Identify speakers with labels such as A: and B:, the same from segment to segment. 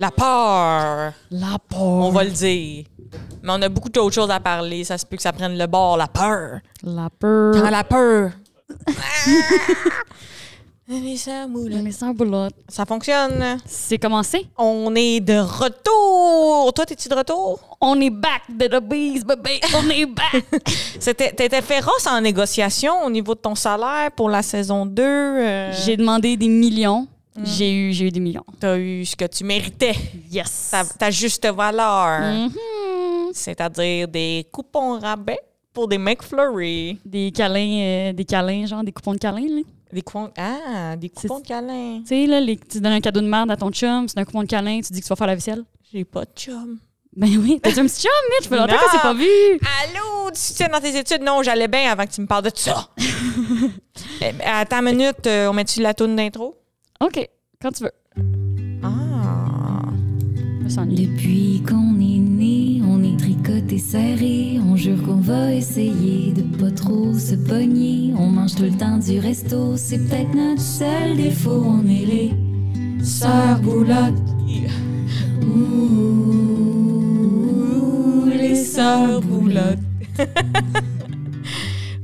A: La peur.
B: La peur.
A: On va le dire. Mais on a beaucoup d'autres choses à parler. Ça se peut que ça prenne le bord. La peur.
B: La peur.
A: Quand la peur. Mais ça, moule.
B: Mais sans boulotte.
A: Ça fonctionne.
B: C'est commencé.
A: On est de retour. Toi, t'es-tu de retour?
B: On est back, de the bees, baby. On est back.
A: C'était, t'étais féroce en négociation au niveau de ton salaire pour la saison 2. euh,
B: j'ai demandé des millions. J'ai eu, j'ai eu des millions.
A: T'as eu ce que tu méritais.
B: Yes.
A: Ta, ta juste
B: Mm.
A: valeur. Mm-hmm.
B: Mhm.
A: C'est-à-dire des coupons rabais pour des McFlurry.
B: Des câlins, euh, des câlins, genre des coupons de câlins. Là.
A: Des coupons... Ah, des coupons de câlin.
B: Tu sais, là, les- tu donnes un cadeau de merde à ton chum, c'est un coupon de câlin, tu dis que tu vas faire la vaisselle.
A: J'ai pas de chum.
B: Ben oui, t'as dit un petit chum, Mitch, je fais longtemps
A: Non.
B: qu'on s'est pas vu.
A: Allô, tu tiens dans tes études? Non, j'allais bien avant que tu me parles de ça. Euh, Attends une minute, euh, on met-tu la toune d'intro?
B: OK, quand tu veux.
A: Ah.
B: Je me sens nulle.
C: Depuis qu'on est né, on est tricoté serré. On jure qu'on va essayer de pas trop se pogner. On mange tout le temps du resto, c'est peut-être notre seul défaut. On est les sœurs boulottes. Ouh, les sœurs boulottes.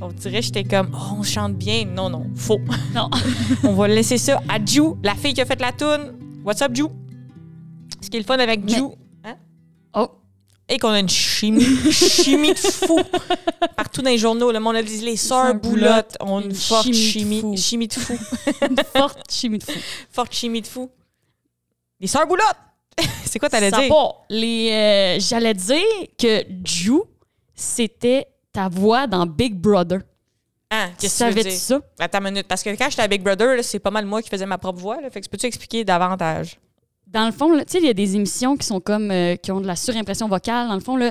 A: On dirait, j'étais comme, oh, on chante bien. Non, non, faux.
B: Non.
A: on va laisser ça à Ju, la fille qui a fait la toune. What's up, Ju? Ce qui est le fun avec Ju,
B: Oh,
A: et qu'on a une chimie, chimie de fou. Partout dans les journaux, le monde a dit les sœurs
B: sœurs
A: boulottes ont
B: une
A: une forte
B: chimie de
A: chimie,
B: fou.
A: chimie de fou,
B: une forte chimie de fou.
A: forte chimie de fou. Les sœurs boulottes! C'est quoi t'allais
B: Ça
A: dire?
B: part. Les, euh, j'allais dire que Ju, c'était ta voix dans Big Brother.
A: Hein,
B: Tu
A: qu'est-ce que tu veux
B: savais-tu
A: dire?
B: ça?
A: Attends une minute, parce que quand j'étais à Big Brother, là, c'est pas mal moi qui faisais ma propre voix. Là, fait que peux-tu expliquer davantage?
B: Dans le fond, là, tu sais, il y a des émissions qui sont comme, euh, qui ont de la surimpression vocale. Dans le fond, là,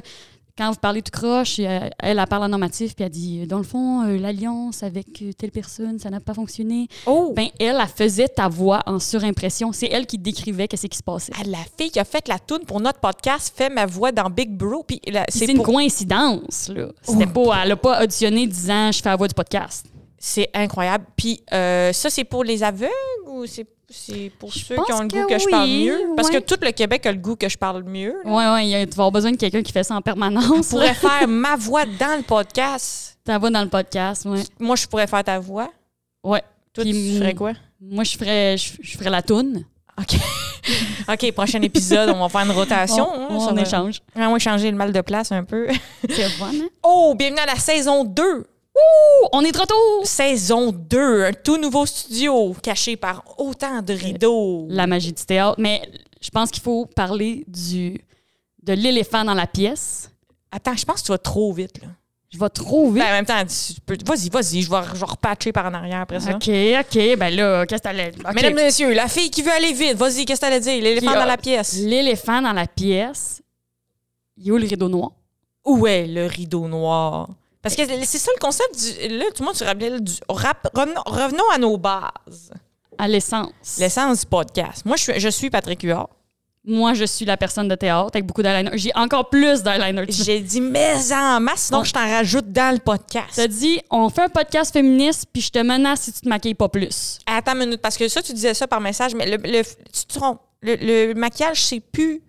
B: quand vous parlez tout croche, euh, elle, elle parle en normatif, puis elle dit, dans le fond, euh, l'alliance avec euh, telle personne, ça n'a pas fonctionné.
A: Oh!
B: Ben, elle, elle faisait ta voix en surimpression. C'est elle qui décrivait qu'est-ce qui se passait.
A: Ah, la fille qui a fait la toune pour notre podcast fait ma voix dans Big Bro. Puis la-
B: Puis C'est
A: c'est
B: une
A: pour-
B: coïncidence, là. C'était pas, elle a pas auditionné disant, je fais la voix du podcast.
A: c'est incroyable. Puis euh, ça, c'est pour les aveugles ou c'est c'est pour
B: Je
A: ceux
B: pense
A: qui ont le goût
B: que
A: que je parle
B: oui,
A: mieux? Parce que
B: ouais.
A: tout le Québec a le goût que je parle mieux. là.
B: Ouais, ouais, il y a- tu vas avoir besoin de quelqu'un qui fait ça en
A: Je
B: permanence. là.
A: pourrais faire ma voix dans le podcast.
B: Ta voix dans le podcast, ouais.
A: Moi, je pourrais faire ta voix.
B: Ouais.
A: Toi,
B: Puis,
A: tu ferais quoi?
B: Moi, je ferais, je, je ferais la toune.
A: OK. OK, prochain épisode, on va faire une rotation. hein,
B: on,
A: ça
B: on
A: va-
B: échange.
A: Ah, ouais, changer le mal de place un peu.
B: C'est bon, hein?
A: Oh, bienvenue à la saison 2.
B: Oh, on est de retour!
A: Saison 2, un tout nouveau studio caché par autant de rideaux.
B: La magie du théâtre. Mais je pense qu'il faut parler du, de l'éléphant dans la pièce.
A: Attends, je pense que tu vas trop vite. Là.
B: Je vais trop vite.
A: Ben, en même temps, tu peux- vas-y, vas-y, je vais, re- je vais repatcher par en arrière après ça.
B: OK, OK. Ben là, qu'est-ce que t'allais... OK.
A: Mesdames et messieurs, la fille qui veut aller vite, vas-y, qu'est-ce que t'allais dire? L'éléphant
B: Qui a-
A: dans la pièce.
B: L'éléphant dans la pièce, il est où le rideau noir?
A: Où est le rideau noir? Parce que c'est ça le concept du. Là, tout le monde, tu rappelais du. rap- revenons, revenons à nos bases.
B: À l'essence.
A: L'essence du podcast. Moi, je suis, je suis Patrick Huard.
B: Moi, je suis la personne de théâtre avec beaucoup d'eyeliner. J'ai encore plus d'eyeliner. Tu
A: J'ai dit, mais en masse, sinon
B: Ouais.
A: je t'en rajoute dans le podcast.
B: T'as dit, on fait un podcast féministe, puis je te menace si tu te maquilles pas plus.
A: Attends une minute, parce que ça, tu disais ça par message, mais le, le- tu te trompes. Le, le maquillage, c'est plus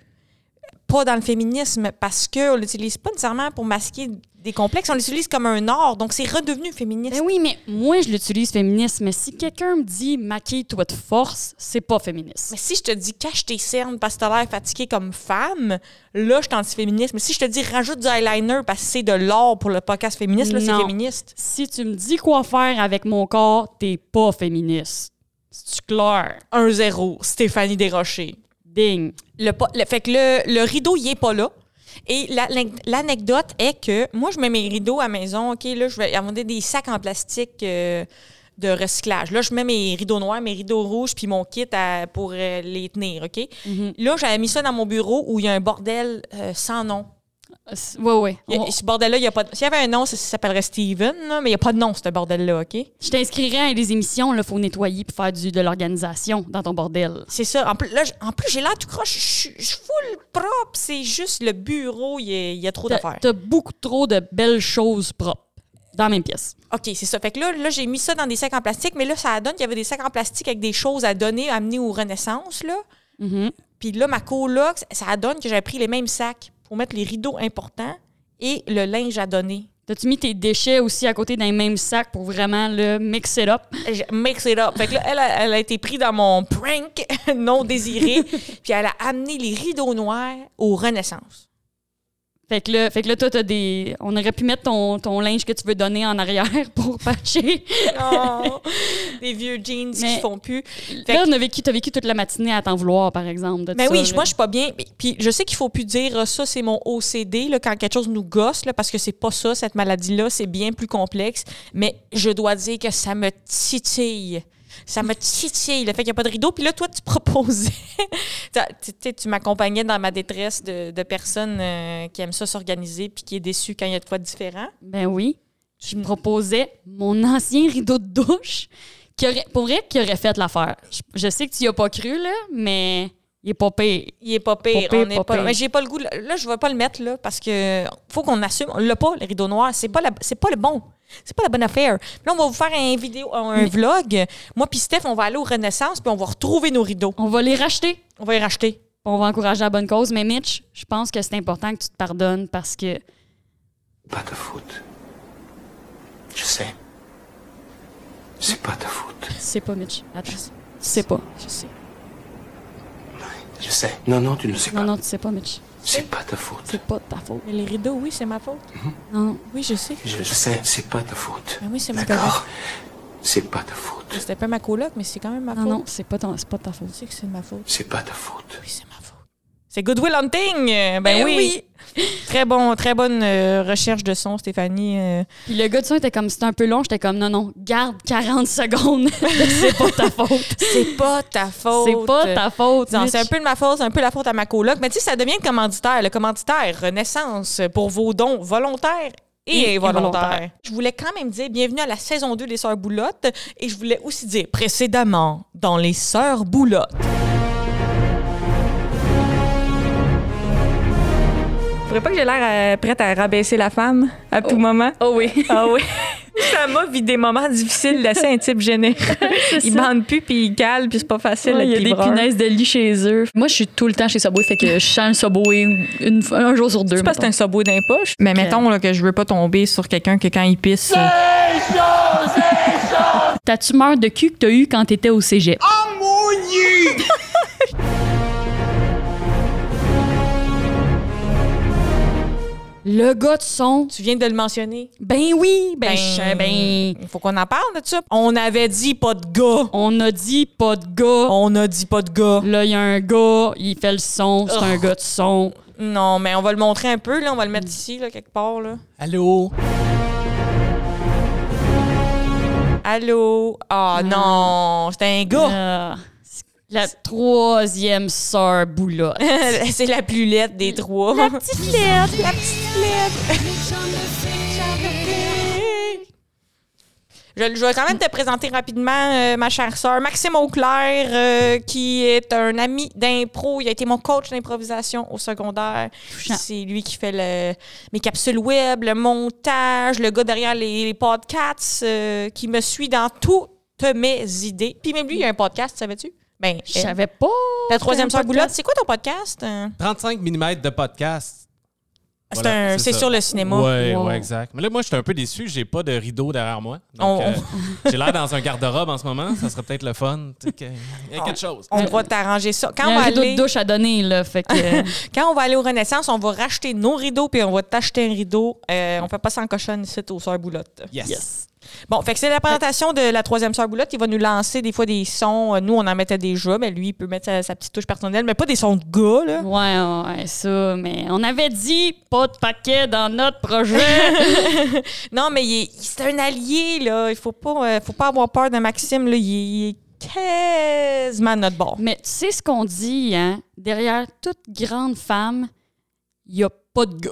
A: pas dans le féminisme parce qu'on l'utilise pas nécessairement pour masquer des complexes, on l'utilise comme un art, donc c'est redevenu féministe.
B: Ben oui, mais moi, je l'utilise féministe, mais si quelqu'un me dit maquille-toi de force, c'est pas féministe.
A: Mais si je te dis cache tes cernes parce que t'as l'air fatiguée comme femme, là, je suis anti-féministe. Mais si je te dis rajoute du eyeliner parce que c'est de l'or pour le podcast féministe, là, c'est
B: Non.
A: féministe.
B: Si tu me dis quoi faire avec mon corps, t'es pas féministe. C'est clair.
A: 1-0, Stéphanie Desrochers.
B: Ding.
A: le, po- le- fait que le, le rideau, il est pas là. Et la- l'anecdote est que moi, je mets mes rideaux à la maison. OK, là, je vais inventer des sacs en plastique euh, de recyclage. Là, je mets mes rideaux noirs, mes rideaux rouges, puis mon kit à- pour euh, les tenir. OK?
B: Mhm.
A: Là, j'avais mis ça dans mon bureau où il y a un bordel euh, sans nom.
B: Euh, c'est- Ouais, ouais.
A: Il y a-
B: On-
A: Ce bordel-là, il y a pas de- S'il y avait un nom, ça, ça s'appellerait Steven, là, mais il n'y a pas de nom, ce bordel-là. OK?
B: Je t'inscrirai à des émissions, là, faut nettoyer pour faire du, de l'organisation dans ton bordel.
A: C'est ça. En plus, là, j- en plus j'ai l'air tout croche. Je suis- Je suis full propre. C'est juste le bureau, il y a- il y a trop
B: T'as
A: d'affaires.
B: t'as beaucoup trop de belles choses propres dans la même pièce.
A: OK, c'est ça. Fait que là, là j'ai mis ça dans des sacs en plastique, mais là, ça donne qu'il y avait des sacs en plastique avec des choses à donner, à amener aux Renaissances, là. Puis là, ma coloc, ça donne que j'avais pris les mêmes sacs pour mettre les rideaux importants et le linge à donner.
B: T'as-tu mis tes déchets aussi à côté d'un même sac pour vraiment le mix it up?
A: Je mix it up. Fait que là, elle, a- elle a été prise dans mon prank non désiré, puis elle a amené les rideaux noirs aux Renaissance.
B: Fait que là, fait que là toi, t'as des. On aurait pu mettre ton, ton linge que tu veux donner en arrière pour patcher.
A: Non! Oh, Des vieux jeans
B: Mais-
A: qui font plus. Fait
B: là,
A: que-
B: on a vécu, t'as vécu toute la matinée à t'en vouloir, par exemple. de
A: Mais
B: ça,
A: Ben oui,
B: là.
A: moi, je suis pas bien. Mais- Puis je sais qu'il faut plus dire euh, ça, c'est mon OCD, là, quand quelque chose nous gosse, là, parce que c'est pas ça, cette maladie-là, c'est bien plus complexe. Mais je dois dire que ça me titille. Ça me titille, le fait qu'il n'y a pas de rideau. Puis là, toi, tu proposais. tu- tu sais, tu m'accompagnais dans ma détresse de, de personnes euh, qui aiment ça s'organiser puis qui est déçue quand il y a de quoi de différent.
B: Ben oui. Je proposais mon ancien rideau de douche qui aurait, pour vrai, qui aurait fait l'affaire. Je, je sais que tu y as pas cru, là, mais il est pas pire.
A: Il est pas pire.
B: Pas pire,
A: on est
B: pas
A: pas-
B: pire.
A: mais j'ai pas le goût. Là, là, je vais pas le mettre là parce que faut qu'on assume. On l'a pas le rideau noir. C'est pas la- c'est pas le bon. C'est pas la bonne affaire. Puis Là, on va vous faire un vidéo, un vlog. Moi puis Steph, on va aller au Renaissance puis on va retrouver nos rideaux.
B: On va les racheter.
A: On va les racheter.
B: On va encourager la bonne cause. Mais Mitch, je pense que c'est important que tu te pardonnes parce que
D: Pas de faute. Je sais. C'est pas de faute.
B: tu sais pas, Mitch. Attends. Tu sais pas.
A: Je sais.
D: Je sais. Non, non, tu ne le sais
B: Non,
D: pas.
B: non, tu sais pas, Mitch.
D: C'est pas de faute.
B: C'est pas de ta faute.
A: Mais les rideaux, oui, c'est ma faute.
B: Non, non.
A: Oui, je sais.
D: Je, je sais, c'est pas de faute.
A: Mais oui, c'est ma faute.
D: D'accord C'est pas de faute.
A: C'était pas ma coloc, mais c'est quand même ma
B: Non,
A: faute.
B: non, c'est pas, ton- c'est pas de ta faute.
A: Je sais que c'est de ma faute.
D: C'est pas de faute.
A: Oui, c'est ma faute. C'est Goodwill Hunting. Euh, Ben
B: Eh
A: oui. très bon, très bonne euh, recherche de son, Stéphanie. euh.
B: Puis le gars de son était comme, c'était un peu long. J'étais comme, non, non, garde 40 secondes. c'est pas ta faute.
A: C'est pas ta faute.
B: C'est pas ta faute.
A: Non,
B: Mitch.
A: c'est un peu de ma faute, c'est un peu la faute à ma coloc. Mais tu sais, ça devient le commanditaire. Le commanditaire, Renaissance, pour vos dons volontaires et,
B: Et
A: involontaires.
B: involontaires.
A: Je voulais quand même dire bienvenue à la saison 2 des Sœurs Boulottes. Et je voulais aussi dire précédemment dans les Sœurs Boulottes. Faudrait pas que j'ai l'air euh, prête à rabaisser la femme à tout moment.
B: Oh oui.
A: Ah oui. Ça m'a vit des moments difficiles d'assez un type généreux. il bande plus, puis il cale, puis c'est pas facile.
E: Ouais, Il
A: le
E: y a des
A: pibreur.
E: punaises de lit chez eux. Moi, je suis tout le temps chez Subway, fait que je sens le Subway une fois- un jour sur deux.
A: Je sais pas si c'est
E: mettons.
A: un sabot d'un poche. Mais mettons là, que je veux pas tomber sur quelqu'un que quand il pisse. euh,
E: Ta tumeur de cul que t'as eue quand t'étais au cégep.
B: Le gars de son,
A: Tu viens de le mentionner.
B: ben oui, ben,
A: Ben,
B: je- ben,
A: Il faut qu'on en parle de ça. On avait dit pas de gars.
B: on a dit pas de gars.
A: On a dit pas de gars.
B: Là, il y a un gars, il fait le son, c'est
E: Oh.
B: un gars de son.
A: Non, mais on va le montrer un peu. Là. On va le mettre ici, là, quelque part. Là.
F: Allô?
A: Allô? Ah non, c'est un
E: Oh.
A: gars.
B: Euh, la troisième sœur Boula.
A: c'est la plus laide des trois. La petite lettre. La petite lettre. Je, je vais quand même te présenter rapidement euh, ma chère sœur, Maxime Auclair, euh, qui est un ami d'impro. Il a été mon coach d'improvisation au secondaire.
B: Touchant.
A: C'est lui qui fait le- mes capsules web, le montage, le gars derrière les, les podcasts, euh, qui me suit dans toutes mes idées. Puis même lui, il a un podcast, savais-tu? Ben,
B: Je savais pas.
A: la troisième
B: t'as un
A: sœur Boulotte,
B: podcast.
A: c'est quoi ton podcast? Euh,
F: 35 mm de podcast.
A: C'est
F: Voilà,
A: un-
F: c'est
A: c'est
F: ça.
A: sur le cinéma.
F: Ouais,
B: Wow.
F: ouais, exact. Mais là, moi, je suis un peu déçu. J'ai pas de rideau derrière moi.
A: On-
F: Donc, euh, j'ai l'air dans un garde-robe en ce moment. Ça serait peut-être le fun. Tu sais que- Il y a quelque chose.
A: On va t'arranger ça. Quand
B: Il y
A: on,
B: a un
A: va
B: rideau de
A: aller,
B: douche à donner, là. Fait que,
A: quand on va aller au Renaissance, on va racheter nos rideaux puis on va t'acheter un rideau. Euh, on fait pas sans cochonne ici aux Sœurs Boulotte.
F: Yes.
A: Bon, fait que c'est la présentation de la troisième Sœur Boulotte. Il va nous lancer des fois des sons. Euh, Nous, on en mettait déjà, mais lui, il peut mettre sa, sa petite touche personnelle, mais pas des sons de gars, là.
B: ouais, ouais, ça. Mais on avait dit pas de paquet dans notre projet.
A: Non, mais il est- c'est un allié, là. Il faut pas, euh, faut pas avoir peur de Maxime, là. Il est quasiment à notre bord.
B: mais tu sais ce qu'on dit, hein? Derrière toute grande femme, il y a pas de gars.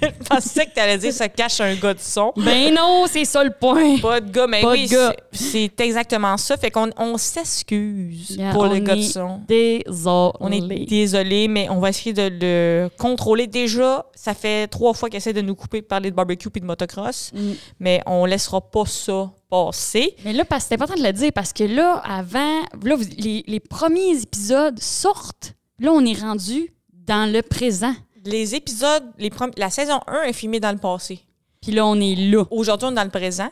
A: Je pensais que t'allais dire se cache un gars de son.
B: Ben non, c'est ça le point.
A: Pas de gars, mais
B: Pas de
A: oui,
B: gars.
A: c'est c'est exactement ça. Fait qu'on on s'excuse
B: Yeah,
A: pour le
B: on
A: gars de
B: est
A: son.
B: Désolé.
A: On est désolé, mais on va essayer de le contrôler. Déjà, ça fait trois fois qu'il essaie de nous couper de parler de barbecue puis de motocross,
B: Mm.
A: mais on laissera pas ça passer.
B: Mais là, parce- c'est important de le dire parce que là, avant, là, vous- les, les premiers épisodes sortent. Là, on est rendu dans le présent.
A: Les épisodes, les premi- la saison 1 est filmée dans le passé.
B: Puis là, on est là.
A: Aujourd'hui, on est dans le présent.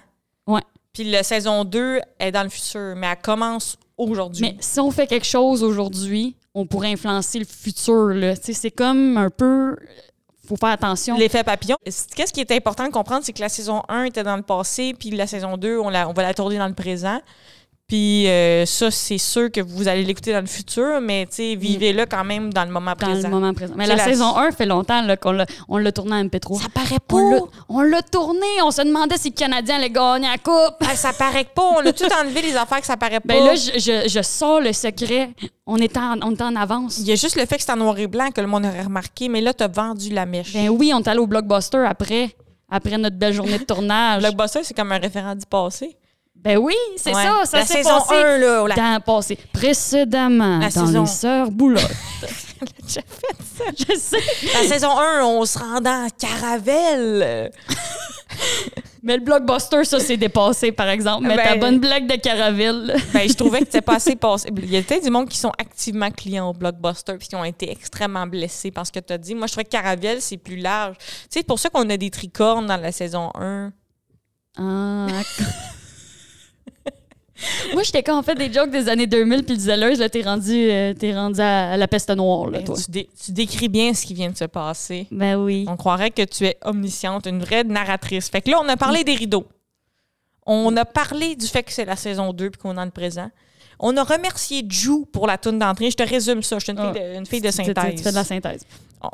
B: Ouais.
A: Puis la saison 2 est dans le futur, mais elle commence aujourd'hui.
B: Mais si on fait quelque chose aujourd'hui, on pourrait influencer le futur. là. Tu sais, C'est comme un peu. euh, faut faire attention.
A: L'effet papillon. C'est- Qu'est-ce qui est important de comprendre, c'est que la saison 1 était dans le passé, puis la saison 2, on, la- on va la tourner dans le présent. Puis euh, ça, c'est sûr que vous allez l'écouter dans le futur, mais tu sais, vivez-le quand même dans le moment
B: dans
A: présent.
B: le moment présent. Mais
A: C'est
B: la,
A: la-
B: saison 1 fait longtemps là, qu'on l'a- on l'a tourné à MP3.
A: Ça paraît pas.
B: On l'a- On l'a tourné. On se demandait si le Canadien allait gagner la Coupe.
A: Ah, ça paraît pas. On a tout enlevé les affaires que ça paraît pas.
B: Ben là, je, je- je sors le secret. On est en, on est en avance.
A: Il y a juste le fait que c'est en noir et blanc que le monde aurait remarqué, mais là, t'as vendu la mèche.
B: Ben oui, on est allé au Blockbuster après, après notre belle journée de tournage.
A: Blockbuster, c'est comme un référent du passé.
B: ben oui, c'est
A: Ouais.
B: ça, ça
A: La
B: s'est
A: saison
B: passé
A: 1, là, la-
B: dans le passé. Précédemment,
A: La
B: dans
A: saison-
B: les Sœurs Boulotte.
A: J'ai fait ça.
B: je sais.
A: La saison 1, on se rend dans Caravelle.
B: Mais le Blockbuster, ça s'est dépassé, par exemple. Mais
A: Ben-
B: ta bonne blague de Caraville.
A: Ben, je trouvais que c'était pas assez passé. Il y a peut-être du monde qui sont activement clients au Blockbuster puis qui ont été extrêmement blessés par ce que tu as dit. Moi, je trouvais que Caravelle, c'est plus large. Tu sais, c'est pour ça qu'on a des tricornes dans la saison 1.
B: Ah, Moi, j'étais quand on fait des jokes des années 2000 puis des alleuses, là, t'es rendu, euh, t'es rendu à, à la peste noire, là, Ben, toi.
A: Ben, Tu, dé- tu décris bien ce qui vient de se passer.
B: Ben oui.
A: On croirait que tu es omnisciente, une vraie narratrice. Fait que là, on a parlé des rideaux. On a parlé du fait que c'est la saison 2 puis qu'on est dans le présent. On a remercié Ju pour la toune d'entrée. Je te résume ça. Je suis une fille de, une fille de
B: Ah. Tu- tu-
A: synthèse.
B: Tu, fais de la synthèse.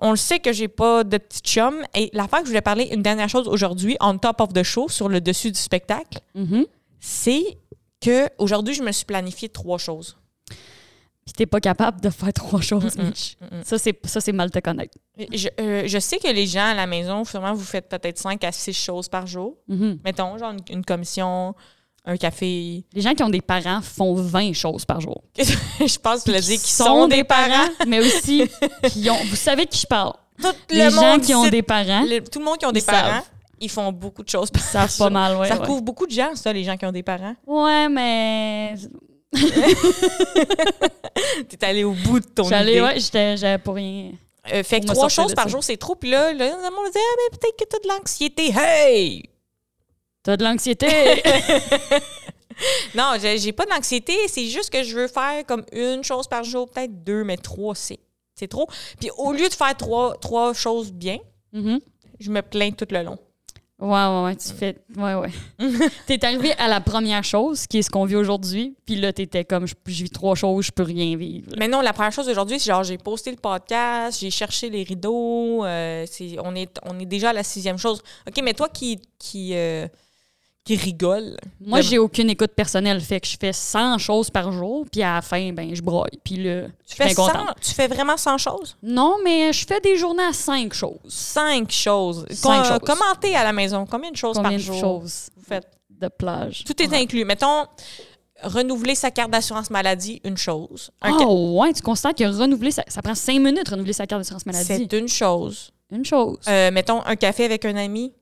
A: on le sait que j'ai pas de petit chum. Et l'affaire que je voulais parler, une dernière chose aujourd'hui, on top of the show, sur le dessus du spectacle,
B: Mhm.
A: c'est que aujourd'hui je me suis planifié trois choses.
B: Puis t'es pas capable de faire trois choses,
A: Mm-mm.
B: Mitch. Ça, c'est ça, c'est mal te connaître.
A: Je, euh, je sais que les gens à la maison, sûrement, vous faites peut-être cinq à six choses par jour.
B: Mhm.
A: Mettons, genre une, une commission, un café.
B: Les gens qui ont des parents font 20 choses par jour.
A: je pense que le dire qui sont, des parents.
B: mais aussi qui ont. Vous savez de qui je parle.
A: Tout
B: les
A: le
B: gens
A: monde
B: qui ont
A: ici-
B: des parents
A: le- tout le monde qui ont des
B: Ils
A: parents,
B: savent.
A: ils font beaucoup de choses. par
B: savent pas
A: jour.
B: mal, ouais.
A: ça
B: ouais.
A: couvre beaucoup de gens, ça, les gens qui ont des parents.
B: Ouais, mais.
A: T'es allé au bout de ton
B: J'allais,
A: idée.
B: ouais, j'étais j'avais pour rien.
A: Euh, fait que
B: Pour me
A: trois
B: sortir
A: choses
B: de
A: par
B: ça.
A: jour, c'est trop. Puis là, là, le monde dit Ah, mais peut-être que t'as de l'anxiété. Hey!
B: T'as de l'anxiété.
A: Non, j'ai j'ai pas d'anxiété. C'est juste que je veux faire comme une chose par jour, peut-être deux, mais trois, c'est c'est trop. Puis au lieu de faire trois, trois choses bien, Mm-hmm.
B: Mhm.
A: je me plains tout le long.
B: Ouais, ouais, ouais, tu fais. Ouais, ouais. t'es arrivé à la première chose, qui est ce qu'on vit aujourd'hui. Puis là, t'étais comme, je, je vis trois choses, je peux rien vivre.
A: Mais non, la première chose aujourd'hui, c'est genre, j'ai posté le podcast, j'ai cherché les rideaux. euh, c'est- on, est, on est déjà à la sixième chose. OK, mais toi qui, qui, euh, qui rigole,
B: Moi,
A: Le-
B: j'ai aucune écoute personnelle. Fait que je fais 100 choses par jour, puis à la fin, ben, je broille. Puis là, je
A: tu
B: suis
A: fais,
B: bien
A: cent-
B: contente.
A: tu fais vraiment 100 choses?
B: Non, mais je fais des journées à 5 choses.
A: cinq choses.
B: Cinq
A: Com-
B: choses.
A: Commentez à la maison. Combien de choses
B: Combien
A: par
B: de
A: jour
B: choses
A: vous faites?
B: de plage?
A: Tout est inclus. Mettons, renouveler sa carte d'assurance maladie, une chose. Un ca-
B: Oh, ouais, tu constates que renouveler, ça, ça prend 5 minutes renouveler sa carte d'assurance maladie.
A: c'est une chose.
B: Une chose.
A: Euh, mettons, un café avec un ami.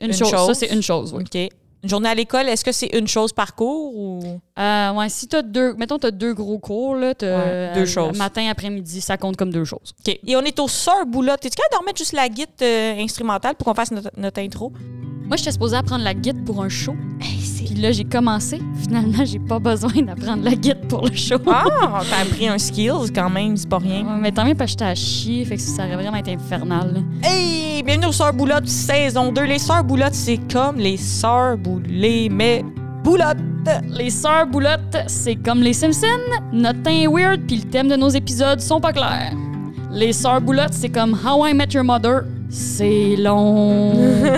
B: une,
A: une
B: chose. Ça,
A: chose.
B: c'est une chose, oui.
A: OK. Une journée à l'école, est-ce que c'est une chose par cours ou.
B: Euh, ouais, si t'as deux, mettons, t'as deux gros cours, là, t'as,
A: Ouais,
B: euh,
A: deux choses.
B: matin, après-midi, ça compte comme deux choses.
A: OK. Et on est au sœur Boula. T'es-tu capable de remettre juste la guide euh, instrumentale pour qu'on fasse notre, notre intro?
B: Moi, j'étais supposée apprendre la guide pour un show. Puis là, j'ai commencé. Finalement, j'ai pas besoin d'apprendre la guide pour le show.
A: Ah, t'as appris un skills quand même, c'est pas rien.
B: Ouais, mais tant mieux parce que j'étais à chier, fait que ça aurait vraiment été infernal. là.
A: Hey! Bienvenue aux Sœurs Boulottes saison 2. Les Sœurs Boulottes, c'est comme les Sœurs Boulées, mais Boulottes!
B: Les sœurs boulottes, c'est comme les Simpsons, notre teint est weird puis le thème de nos épisodes sont pas clairs. Les sœurs boulottes, c'est comme How I Met Your Mother, c'est long,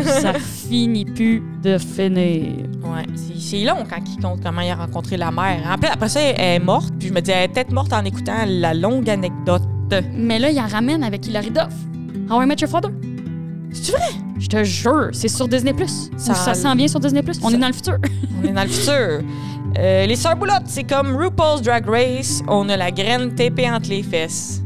B: ça finit plus de finir.
A: Ouais, c'est- c'est long quand il compte comment il a rencontré la mère. En plus, après ça, elle est morte, puis je me dis, elle est peut-être morte en écoutant la longue anecdote.
B: Mais là, il en ramène avec Hilary Duff. How I Met Your Father.
A: C'est vrai?
B: Je te jure, c'est sur Disney+. Plus.
A: Ça-
B: Ça, sent bien sur Disney+. On
A: Ça-
B: est dans le futur.
A: On est dans le futur. Euh, les sœurs boulottes, c'est comme RuPaul's Drag Race. On a la graine TP entre les fesses.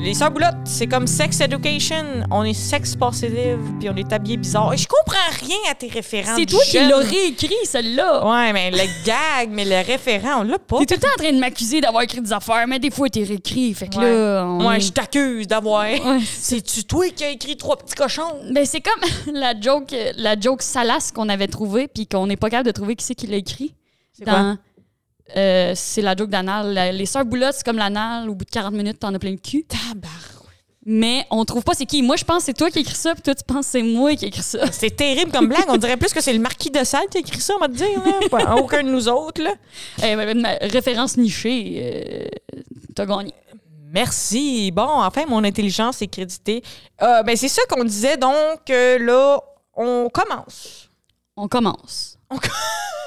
A: Les sœurs boulottes, c'est comme Sex Education. On est sex positive, puis on est habillé bizarre. Et je comprends rien à tes références.
B: C'est toi qui
A: jeune.
B: l'as réécrit, celle-là.
A: Ouais, mais le gag, mais le référent, on l'a pas.
B: T'es tout le temps en train de m'accuser d'avoir écrit des affaires, mais des fois, t'es réécrit. Fait que
A: Ouais.
B: là, on...
A: Moi, je t'accuse d'avoir.
B: Mm. Ouais.
A: C'est-tu toi qui as écrit Trois petits cochons?
B: Ben, c'est comme la joke, la joke salace qu'on avait trouvée, puis qu'on n'est pas capable de trouver qui c'est qui l'a écrit.
A: C'est
B: Dans- euh, c'est la joke d'anal. La- Les sœurs boulottes, c'est comme l'anal. Au bout de 40 minutes, t'en as plein le cul.
A: Tabarou.
B: Mais on trouve pas c'est qui. Moi, je pense que c'est toi qui écris ça, puis toi, tu penses que c'est moi qui écris ça.
A: C'est terrible comme blague. On dirait plus que c'est le marquis de Sade qui a écrit ça, on va te dire. Là. Pas- Aucun de nous autres. Là.
B: Eh, ben, ben, ma référence nichée, euh, t'as gagné.
A: Merci. Bon, enfin, mon intelligence est créditée. Euh, ben, c'est ça qu'on disait. Donc, euh, là, on commence.
B: On commence.
A: On com-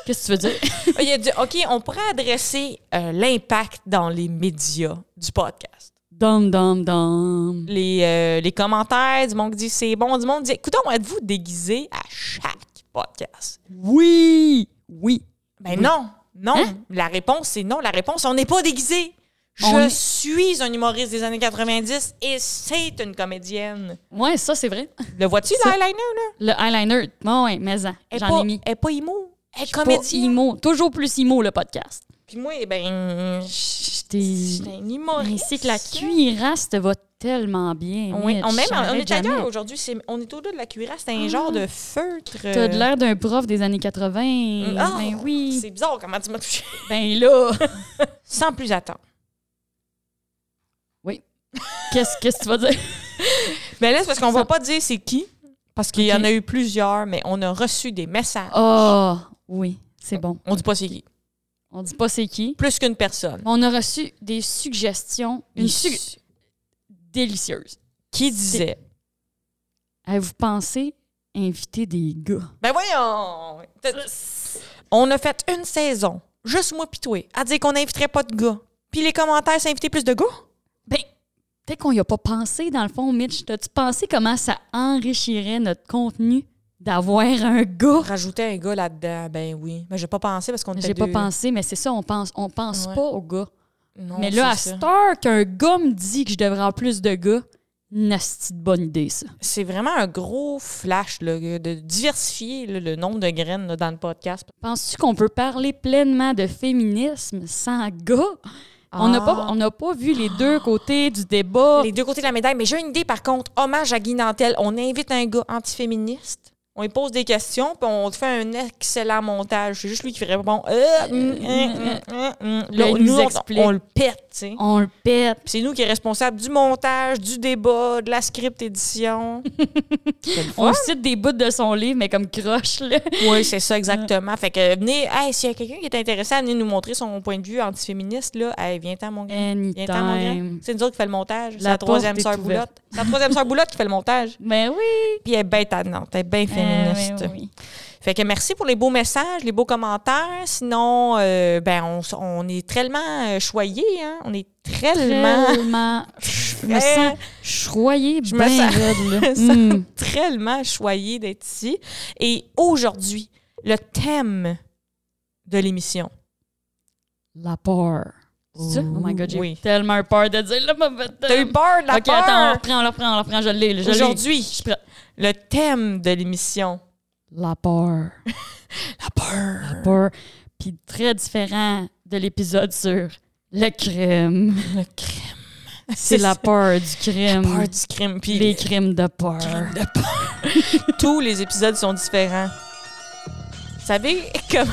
B: Qu'est-ce que tu veux dire?
A: Il a dit, OK, on pourrait adresser euh, l'impact dans les médias du podcast.
B: Dom, dom, dom.
A: Les, euh, les commentaires du monde qui dit c'est bon, du monde qui dit écoutez, êtes-vous déguisé à chaque podcast?
B: Oui! Oui.
A: Ben non, non.
B: Hein?
A: La réponse, c'est non. La réponse, on n'est pas déguisé. Je
B: On est-
A: suis un humoriste des années 90 et c'est une comédienne.
B: Ouais, ça, c'est vrai.
A: Le vois-tu,
B: Ça-
A: l'eyeliner, là?
B: Le eyeliner. Bon, ouais, mais en,
A: Elle est
B: j'en
A: pas-
B: ai mis.
A: Elle est pas imo. Elle est
B: Pas
A: comédienne.
B: Imo. Toujours plus Imo, le podcast.
A: Puis moi, ben,
B: J'étais.
A: j'étais un humoriste.
B: Ainsi que la cuirasse te hein, va tellement bien.
A: Oui,
B: Mitch.
A: on, même, on
B: J'arrête
A: est
B: jamais. Ah.
A: ailleurs aujourd'hui. c'est- On est au-delà de la cuirasse. C'est un genre de feutre.
B: T'as de
A: euh,
B: l'air d'un prof des années 80.
A: Ah,
B: ben oui.
A: C'est bizarre comment tu m'as touché.
B: Ben là.
A: Sans plus attendre.
B: Qu'est-ce qu'est-ce que tu vas dire?
A: Mais là, c'est parce qu'on va
B: Ça-
A: pas dire c'est qui. Parce qu'il y en
B: Ok.
A: a eu plusieurs, mais on a reçu des messages.
B: Oh, oui, c'est bon.
A: Ah, On dit pas c'est qui.
B: On dit pas c'est qui.
A: Plus qu'une personne.
B: On a reçu des suggestions une su- délicieuses.
A: Qui disait
B: Avez-vous pensé inviter des gars?
A: Ben voyons! T'as- On a fait une saison, juste moi pis toi, à dire qu'on n'inviterait pas de gars. Puis les commentaires, c'est inviter plus de gars?
B: Ben, peut-être qu'on y a pas pensé, dans le fond, Mitch. T'as-tu pensé comment ça enrichirait notre contenu d'avoir un gars?
A: Rajouter un gars là-dedans, ben oui. Mais j'ai pas pensé parce qu'on était
B: J'ai pas
A: deux.
B: pensé, mais c'est ça, on pense, on pense
A: Ouais.
B: pas aux gars.
A: Non,
B: mais là, à
A: c'est ça.
B: Star, qu'un gars me dit que je devrais avoir plus de gars, nasty de bonne idée, ça.
A: C'est vraiment un gros flash là, de diversifier là, le nombre de graines là, dans le podcast.
B: Penses-tu qu'on peut parler pleinement de féminisme sans gars? On n'a pas, on n'a pas vu les deux côtés du débat.
A: Ah. Les deux côtés de la médaille. Mais j'ai une idée, par contre. Hommage à Guy Nantel. On invite un gars antiféministe. On lui pose des questions, puis on fait un excellent montage. C'est juste lui qui répond. Euh, hum, hum, hum, hum, hum.
B: Là,
A: Là,
B: il nous
A: nous, on-
B: explique.
A: on, le pète, tu sais.
B: On le pète.
A: Puis C'est nous qui est responsable du montage, du débat, de la script édition.
B: On cite des bouts de son livre, mais comme croche, là.
A: oui, c'est ça exactement. Fait que venez, hey, s'il y a quelqu'un qui est intéressé à venir nous montrer son point de vue antiféministe, là, hey, viens-t'en mon gars. Viens-t'en mon gars.
B: Anytime.
A: C'est nous autres qui fait le montage. C'est
B: La
A: la troisième
B: porte est
A: sœur
B: ouverte.
A: boulotte. C'est la troisième sœur boulotte qui fait le montage.
B: Mais Ben oui!
A: Puis elle est bien tannante, elle est bien
B: euh,
A: féministe.
B: mais oui.
A: Fait que merci pour les beaux messages, les beaux commentaires. Sinon, euh, ben on, s- on est tellement euh, choyés, hein? On est tellement,
B: Tellement. Je me sens choyée,
A: Je
B: bien
A: me sens-
B: raide, là.
A: ça-
B: Mm.
A: tellement choyés d'être ici. Et aujourd'hui, le thème de l'émission.
B: La peur. C'est ça? Oh my god, j'ai
A: Oui.
B: tellement eu peur de dire le mauvais
A: T'as eu
B: terme.
A: peur de la
B: euh, Ok,
A: peur?
B: attends, on reprend, on reprend, on reprend, je l'ai, je l'ai. Je
A: Aujourd'hui,
B: suis prête.
A: le thème de l'émission.
B: La peur.
A: La peur.
B: La peur. Puis très différent de l'épisode sur le crime.
A: Le crime.
B: C'est la peur du crime.
A: peur du crime. Puis
B: Les crimes de peur. Ben,
A: tous les épisodes sont différents. Vous savez comment...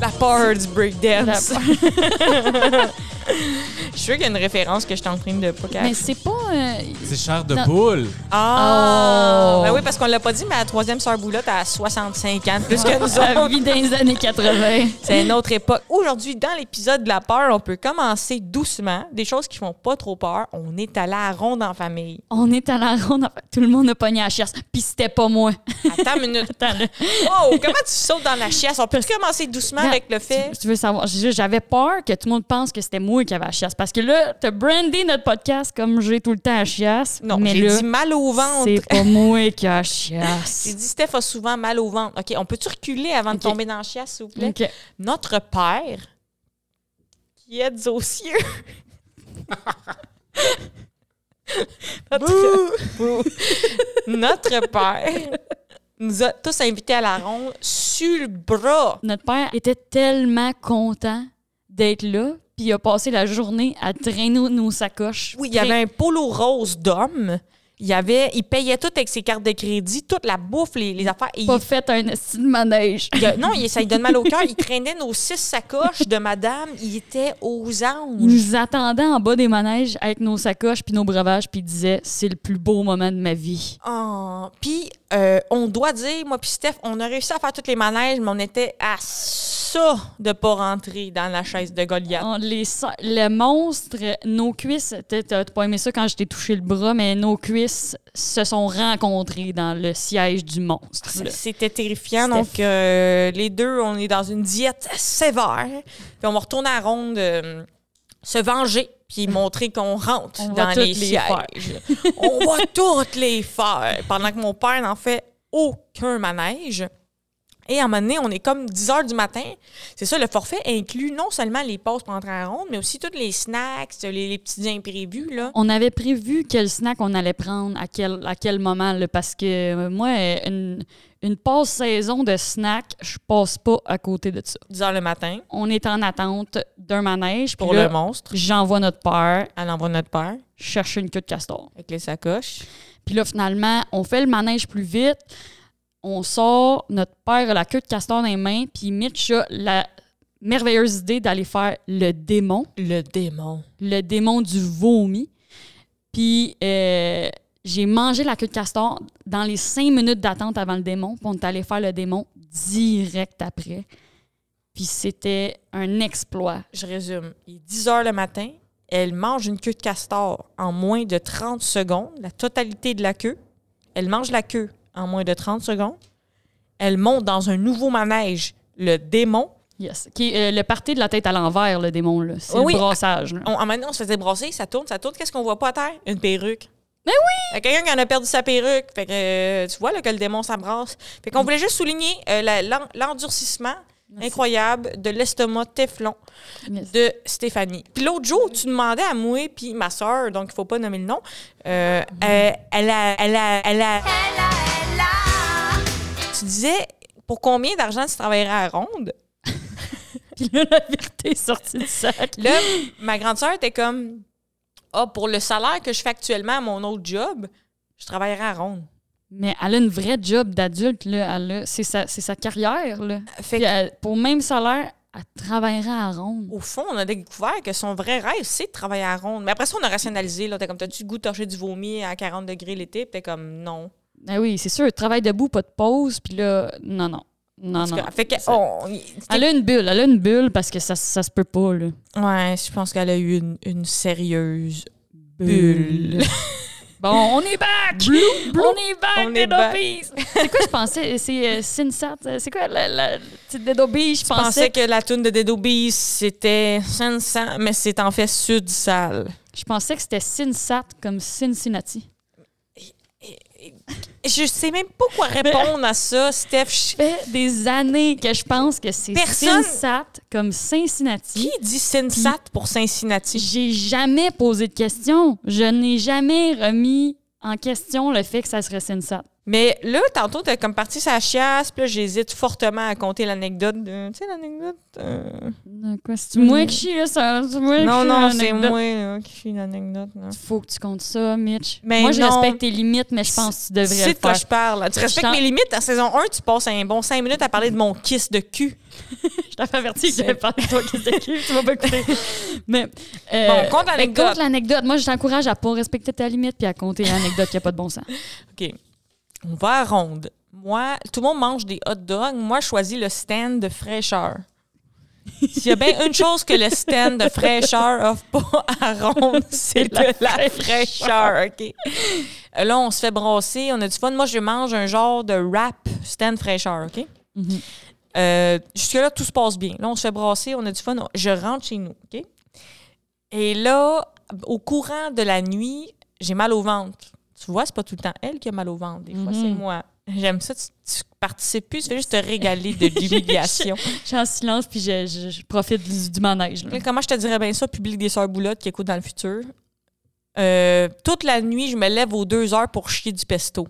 A: La peur du breakdance.
B: La
A: je suis sûre qu'il y a une référence que je suis en train de pas
B: Mais
A: capter.
B: c'est pas. euh,
F: C'est cher de
B: Non.
F: poule.
A: Ah!
B: Oh!
A: Ben oui, parce qu'on l'a pas dit, mais la troisième sœur Boulotte a 65 ans de plus que nous
B: la
A: autres.
B: vie dans les années 80.
A: C'est une autre époque. Aujourd'hui, dans l'épisode de la peur, on peut commencer doucement, des choses qui font pas trop peur. On est allé à la ronde en famille.
B: On est à la ronde. Tout le monde a pogné à la chasse. Puis c'était pas moi.
A: Attends une minute.
B: Attends, là.
A: Wow, comment tu sautes dans la chiasse? On peut commencer doucement avec le fait.
B: Tu, tu veux savoir? j- J'avais peur que tout le monde pense que c'était moi moi qui avais la chiasse. Parce que là, t'as brandé notre podcast comme j'ai tout le temps la chiasse.
A: Non,
B: mais
A: j'ai
B: là,
A: dit mal au ventre.
B: c'est pas moi qui a la chiasse.
A: J'ai dit, Steph a souvent mal au ventre. OK, on peut-tu reculer avant de
B: Ok.
A: tomber dans la chiasse, s'il vous plaît?
B: OK.
A: Notre Père, qui êtes aux cieux. notre, Notre Père nous a tous invités à la ronde sur le bras.
B: Notre père était tellement content d'être là, puis il a passé la journée à traîner nos sacoches.
A: Oui, il y avait un polo rose d'homme. Il, y avait, il payait tout avec ses cartes de crédit, toute la bouffe, les, les affaires. Et il-
B: pas fait un esti de manège.
A: il a- non, il, ça lui donne mal au cœur. Il traînait nos six sacoches de madame. Il était aux
B: Il
A: anges.
B: nous attendait en bas des manèges avec nos sacoches puis nos breuvages, puis il disait c'est le plus beau moment de ma vie.
A: Ah, Puis, euh, on doit dire, moi puis Steph, on a réussi à faire tous les manèges, mais on était à ça de pas rentrer dans la chaise de Goliath.
B: On les sa- le monstre, nos cuisses, t'as t'as pas aimé ça quand je t'ai touché le bras, mais nos cuisses se sont rencontrées dans le siège du monstre. là.
A: C'était terrifiant.
B: Steph.
A: Donc, euh, les deux, on est dans une diète sévère. Puis, on va retourner à la ronde euh, se venger puis montrer qu'on rentre
B: On va
A: dans
B: toutes
A: les
B: les
A: sièges. on va toutes les faire. Pendant que mon père n'en fait aucun manège. Et à un moment donné, on est comme 10 heures du matin. C'est ça, le forfait inclut non seulement les pauses pour entrer à la ronde, mais aussi tous les snacks, les, les petits imprévus. Là.
B: On avait prévu quel snack on allait prendre, à quel, à quel moment, là, parce que euh, moi, une, une pause saison de snack, je passe pas à côté de ça.
A: 10 heures le matin
B: On est en attente d'un manège.
A: pour
B: puis là,
A: le monstre.
B: J'envoie notre père
A: Elle envoie notre père
B: chercher une queue de castor.
A: avec les sacoches.
B: Puis là, finalement, on fait le manège plus vite. On sort, notre père a la queue de castor dans les mains, puis Mitch a la merveilleuse idée d'aller faire le démon,
A: Le démon.
B: le démon du vomi. Puis euh, j'ai mangé la queue de castor dans les cinq minutes d'attente avant le démon, puis on est allé faire le démon direct après. Puis c'était un exploit.
A: Je résume. Il est 10 heures le matin. Elle mange une queue de castor en moins de 30 secondes, la totalité de la queue. Elle mange la queue en moins de 30 secondes. Elle monte dans un nouveau manège, le démon.
B: Yes. Qui est, euh, le parti de la tête à l'envers, le démon, là. C'est
A: Oui, oui.
B: le brassage. là.
A: On, en maintenant, on se faisait brasser, ça tourne, ça tourne. Qu'est-ce qu'on voit pas à terre? Une perruque. Mais oui! Quelqu'un qui en a perdu sa perruque. Fait que, euh, tu vois là, que le démon s'embrasse. Fait qu'on voulait juste souligner euh, la- l'en- l'endurcissement incroyable de l'estomac Teflon
B: Yes.
A: de Stéphanie. Puis l'autre jour, tu demandais à moi puis ma sœur, donc il faut pas nommer le nom, euh, euh, elle a, elle a, elle a- Tu disais pour combien d'argent tu travaillerais à la ronde
B: Puis là, la vérité est sortie du sac.
A: Là, ma grande sœur était comme ah pour le salaire que je fais actuellement à mon autre job, je travaillerais à la ronde.
B: Mais elle a une vraie job d'adulte, là. Elle a- c'est, sa, c'est sa carrière, là.
A: Fait
B: Puis
A: que,
B: elle- pour même salaire, elle travaillera à ronde.
A: au fond, on a découvert que son vrai rêve, c'est de travailler à la ronde. Mais après ça, on a rationalisé. Là, t'es comme, t'as-tu le goût de torcher du vomi à 40 degrés l'été? Puis t'es comme, non.
B: Ah oui, c'est sûr, travaille debout, pas de pause, puis là, non, non. Non,
A: En tout
B: non.
A: cas, fait que, oh,
B: Ça-
A: on- c'était
B: Elle a une bulle, elle a une bulle parce que ça, ça se peut pas, là.
A: Ouais, je pense qu'elle a eu une, une sérieuse bulle.
B: Bon, on est back! On est back,
A: On
B: on
A: est back.
B: C'est quoi, je pensais? C'est euh, Sinsat, euh, C'est quoi la, la petite Dedo Bee? Je
A: Je pensais
B: pensais,
A: que la tune de Dedo Bees, c'était Sansan, mais c'est en fait Sud Sale.
B: je pensais que c'était Sinsat comme Cincinnati.
A: Je sais même pas quoi répondre à ça, Steph. Je-
B: fait des années que je pense que c'est
A: Personne-
B: Sinsat comme Cincinnati.
A: Qui dit Sinsat pour Cincinnati?
B: J'ai jamais posé de question. Je n'ai jamais remis en question le fait que ça serait Sinsat.
A: Mais là, tantôt, t'as comme parti sa chiasse, puis là, j'hésite fortement à conter l'anecdote. de- Tu sais, l'anecdote? euh,
B: Quoi, c'est moi qui chie, là, ça. c'est moi qui
A: Non,
B: chie,
A: non,
B: là,
A: c'est
B: l'anecdote.
A: moi là, qui suis l'anecdecte. là.
B: Faut que tu comptes ça, Mitch.
A: Mais
B: moi, je
A: non.
B: respecte tes limites, mais je pense que tu devrais
A: Tu sais
B: le
A: de quoi
B: faire.
A: je parle. Tu respectes
B: t'en-
A: mes limites. En saison 1, tu passes un bon 5 minutes à parler de mon kiss de cul.
B: Je t'avais averti que j'avais parlé de toi qui était cute, tu m'as pas écouté. Mais, euh,
A: Bon, compte
B: fait que
A: l'anecdote.
B: compte l'anecdote. Moi, je t'encourage à pas respecter ta limite puis à compter l'anecdote qui a pas de bon sens.
A: OK. On va à ronde. Moi, tout le monde mange des hot dogs. Moi, je choisis le stand de fraîcheur. S'il y a bien une chose que le stand de fraîcheur offre pas à ronde, c'est de la fraîcheur. OK. Euh, Là, on se fait brasser, on a du fun. Moi, je mange un genre de wrap stand fraîcheur. OK? Euh, Jusque-là, tout se passe bien. Là, on se fait brasser, on a du fun. Je rentre chez nous. OK? Et là, au courant de la nuit, j'ai mal au ventre. Tu vois, c'est pas tout le temps elle qui a mal au ventre. Des fois,
E: Mhm.
A: c'est moi. J'aime ça. Tu, tu participes plus, tu fais juste te régaler de l'humiliation.
B: Je suis en silence, puis je, je- je profite du, du manège. là.
A: Là, Comment je te dirais bien ça, public des sœurs boulottes qui écoute dans le futur? Euh, toute la nuit, je me lève aux deux heures pour chier du pesto.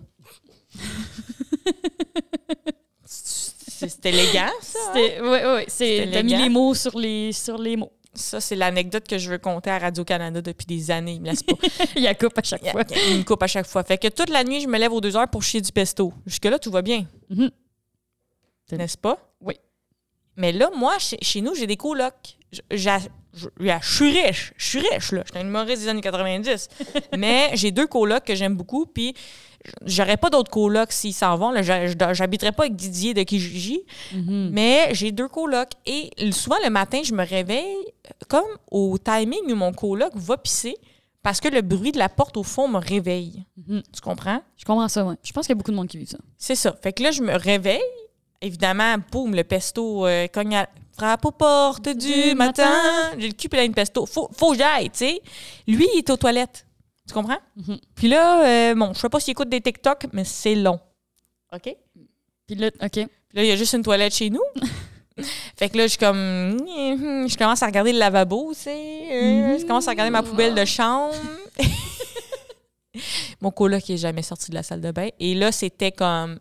A: C'est c'est élégant, ça. hein?
B: C'était, ouais, ouais, c'est,
A: C'était
B: t'as mis
A: élégant.
B: les mots sur les, sur les mots.
A: Ça, c'est l'anecdote que je veux compter à Radio-Canada depuis des années. Il me laisse pas.
B: Il y a coupe à chaque
A: Il y a-
B: fois.
A: il y a une coupe à chaque fois. Fait que toute la nuit, je me lève aux deux heures pour chier du pesto. Jusque-là, tout va bien.
B: Mhm.
A: N'est-ce pas?
B: Oui.
A: Mais là, moi, chez, chez nous, j'ai des colocs. Je, j'a- je- je suis riche. Je suis riche, là. Je suis un humoriste des années 90. Mais j'ai deux colocs que j'aime beaucoup, puis j'aurais pas d'autres colocs s'ils s'en vont. là. J'a- j'a- J'habiterais pas avec Didier de Kijiji.
B: Mhm.
A: Mm.
B: Mm-hmm.
A: Mais j'ai deux colocs. Et l- souvent, le matin, je me réveille euh, comme au timing où mon coloc va pisser parce que le bruit de la porte au fond me réveille.
B: Mhm.
A: Tu comprends?
B: Je comprends ça, ouais. Je pense qu'il y a beaucoup de monde qui vit ça.
A: C'est ça. Fait que là, je me réveille. Évidemment, boum, le pesto euh, cogne à... Frappe aux portes du,
B: Du
A: matin.
B: matin.
A: J'ai le cul plein de pesto. Faut, faut que j'aille, tu sais. Lui, il est aux toilettes. Tu comprends?
B: Mhm.
A: Puis là, euh, bon, je sais pas s'il écoute des TikTok, mais c'est long. OK?
B: Puis là, OK.
A: Puis là, il y a juste une toilette chez nous. fait que là, je suis comme. Mhm. Je commence à regarder le lavabo, tu sais. Euh, Je commence à regarder ma poubelle de chambre. Mon coloc est jamais sorti de la salle de bain. Et là, c'était comme.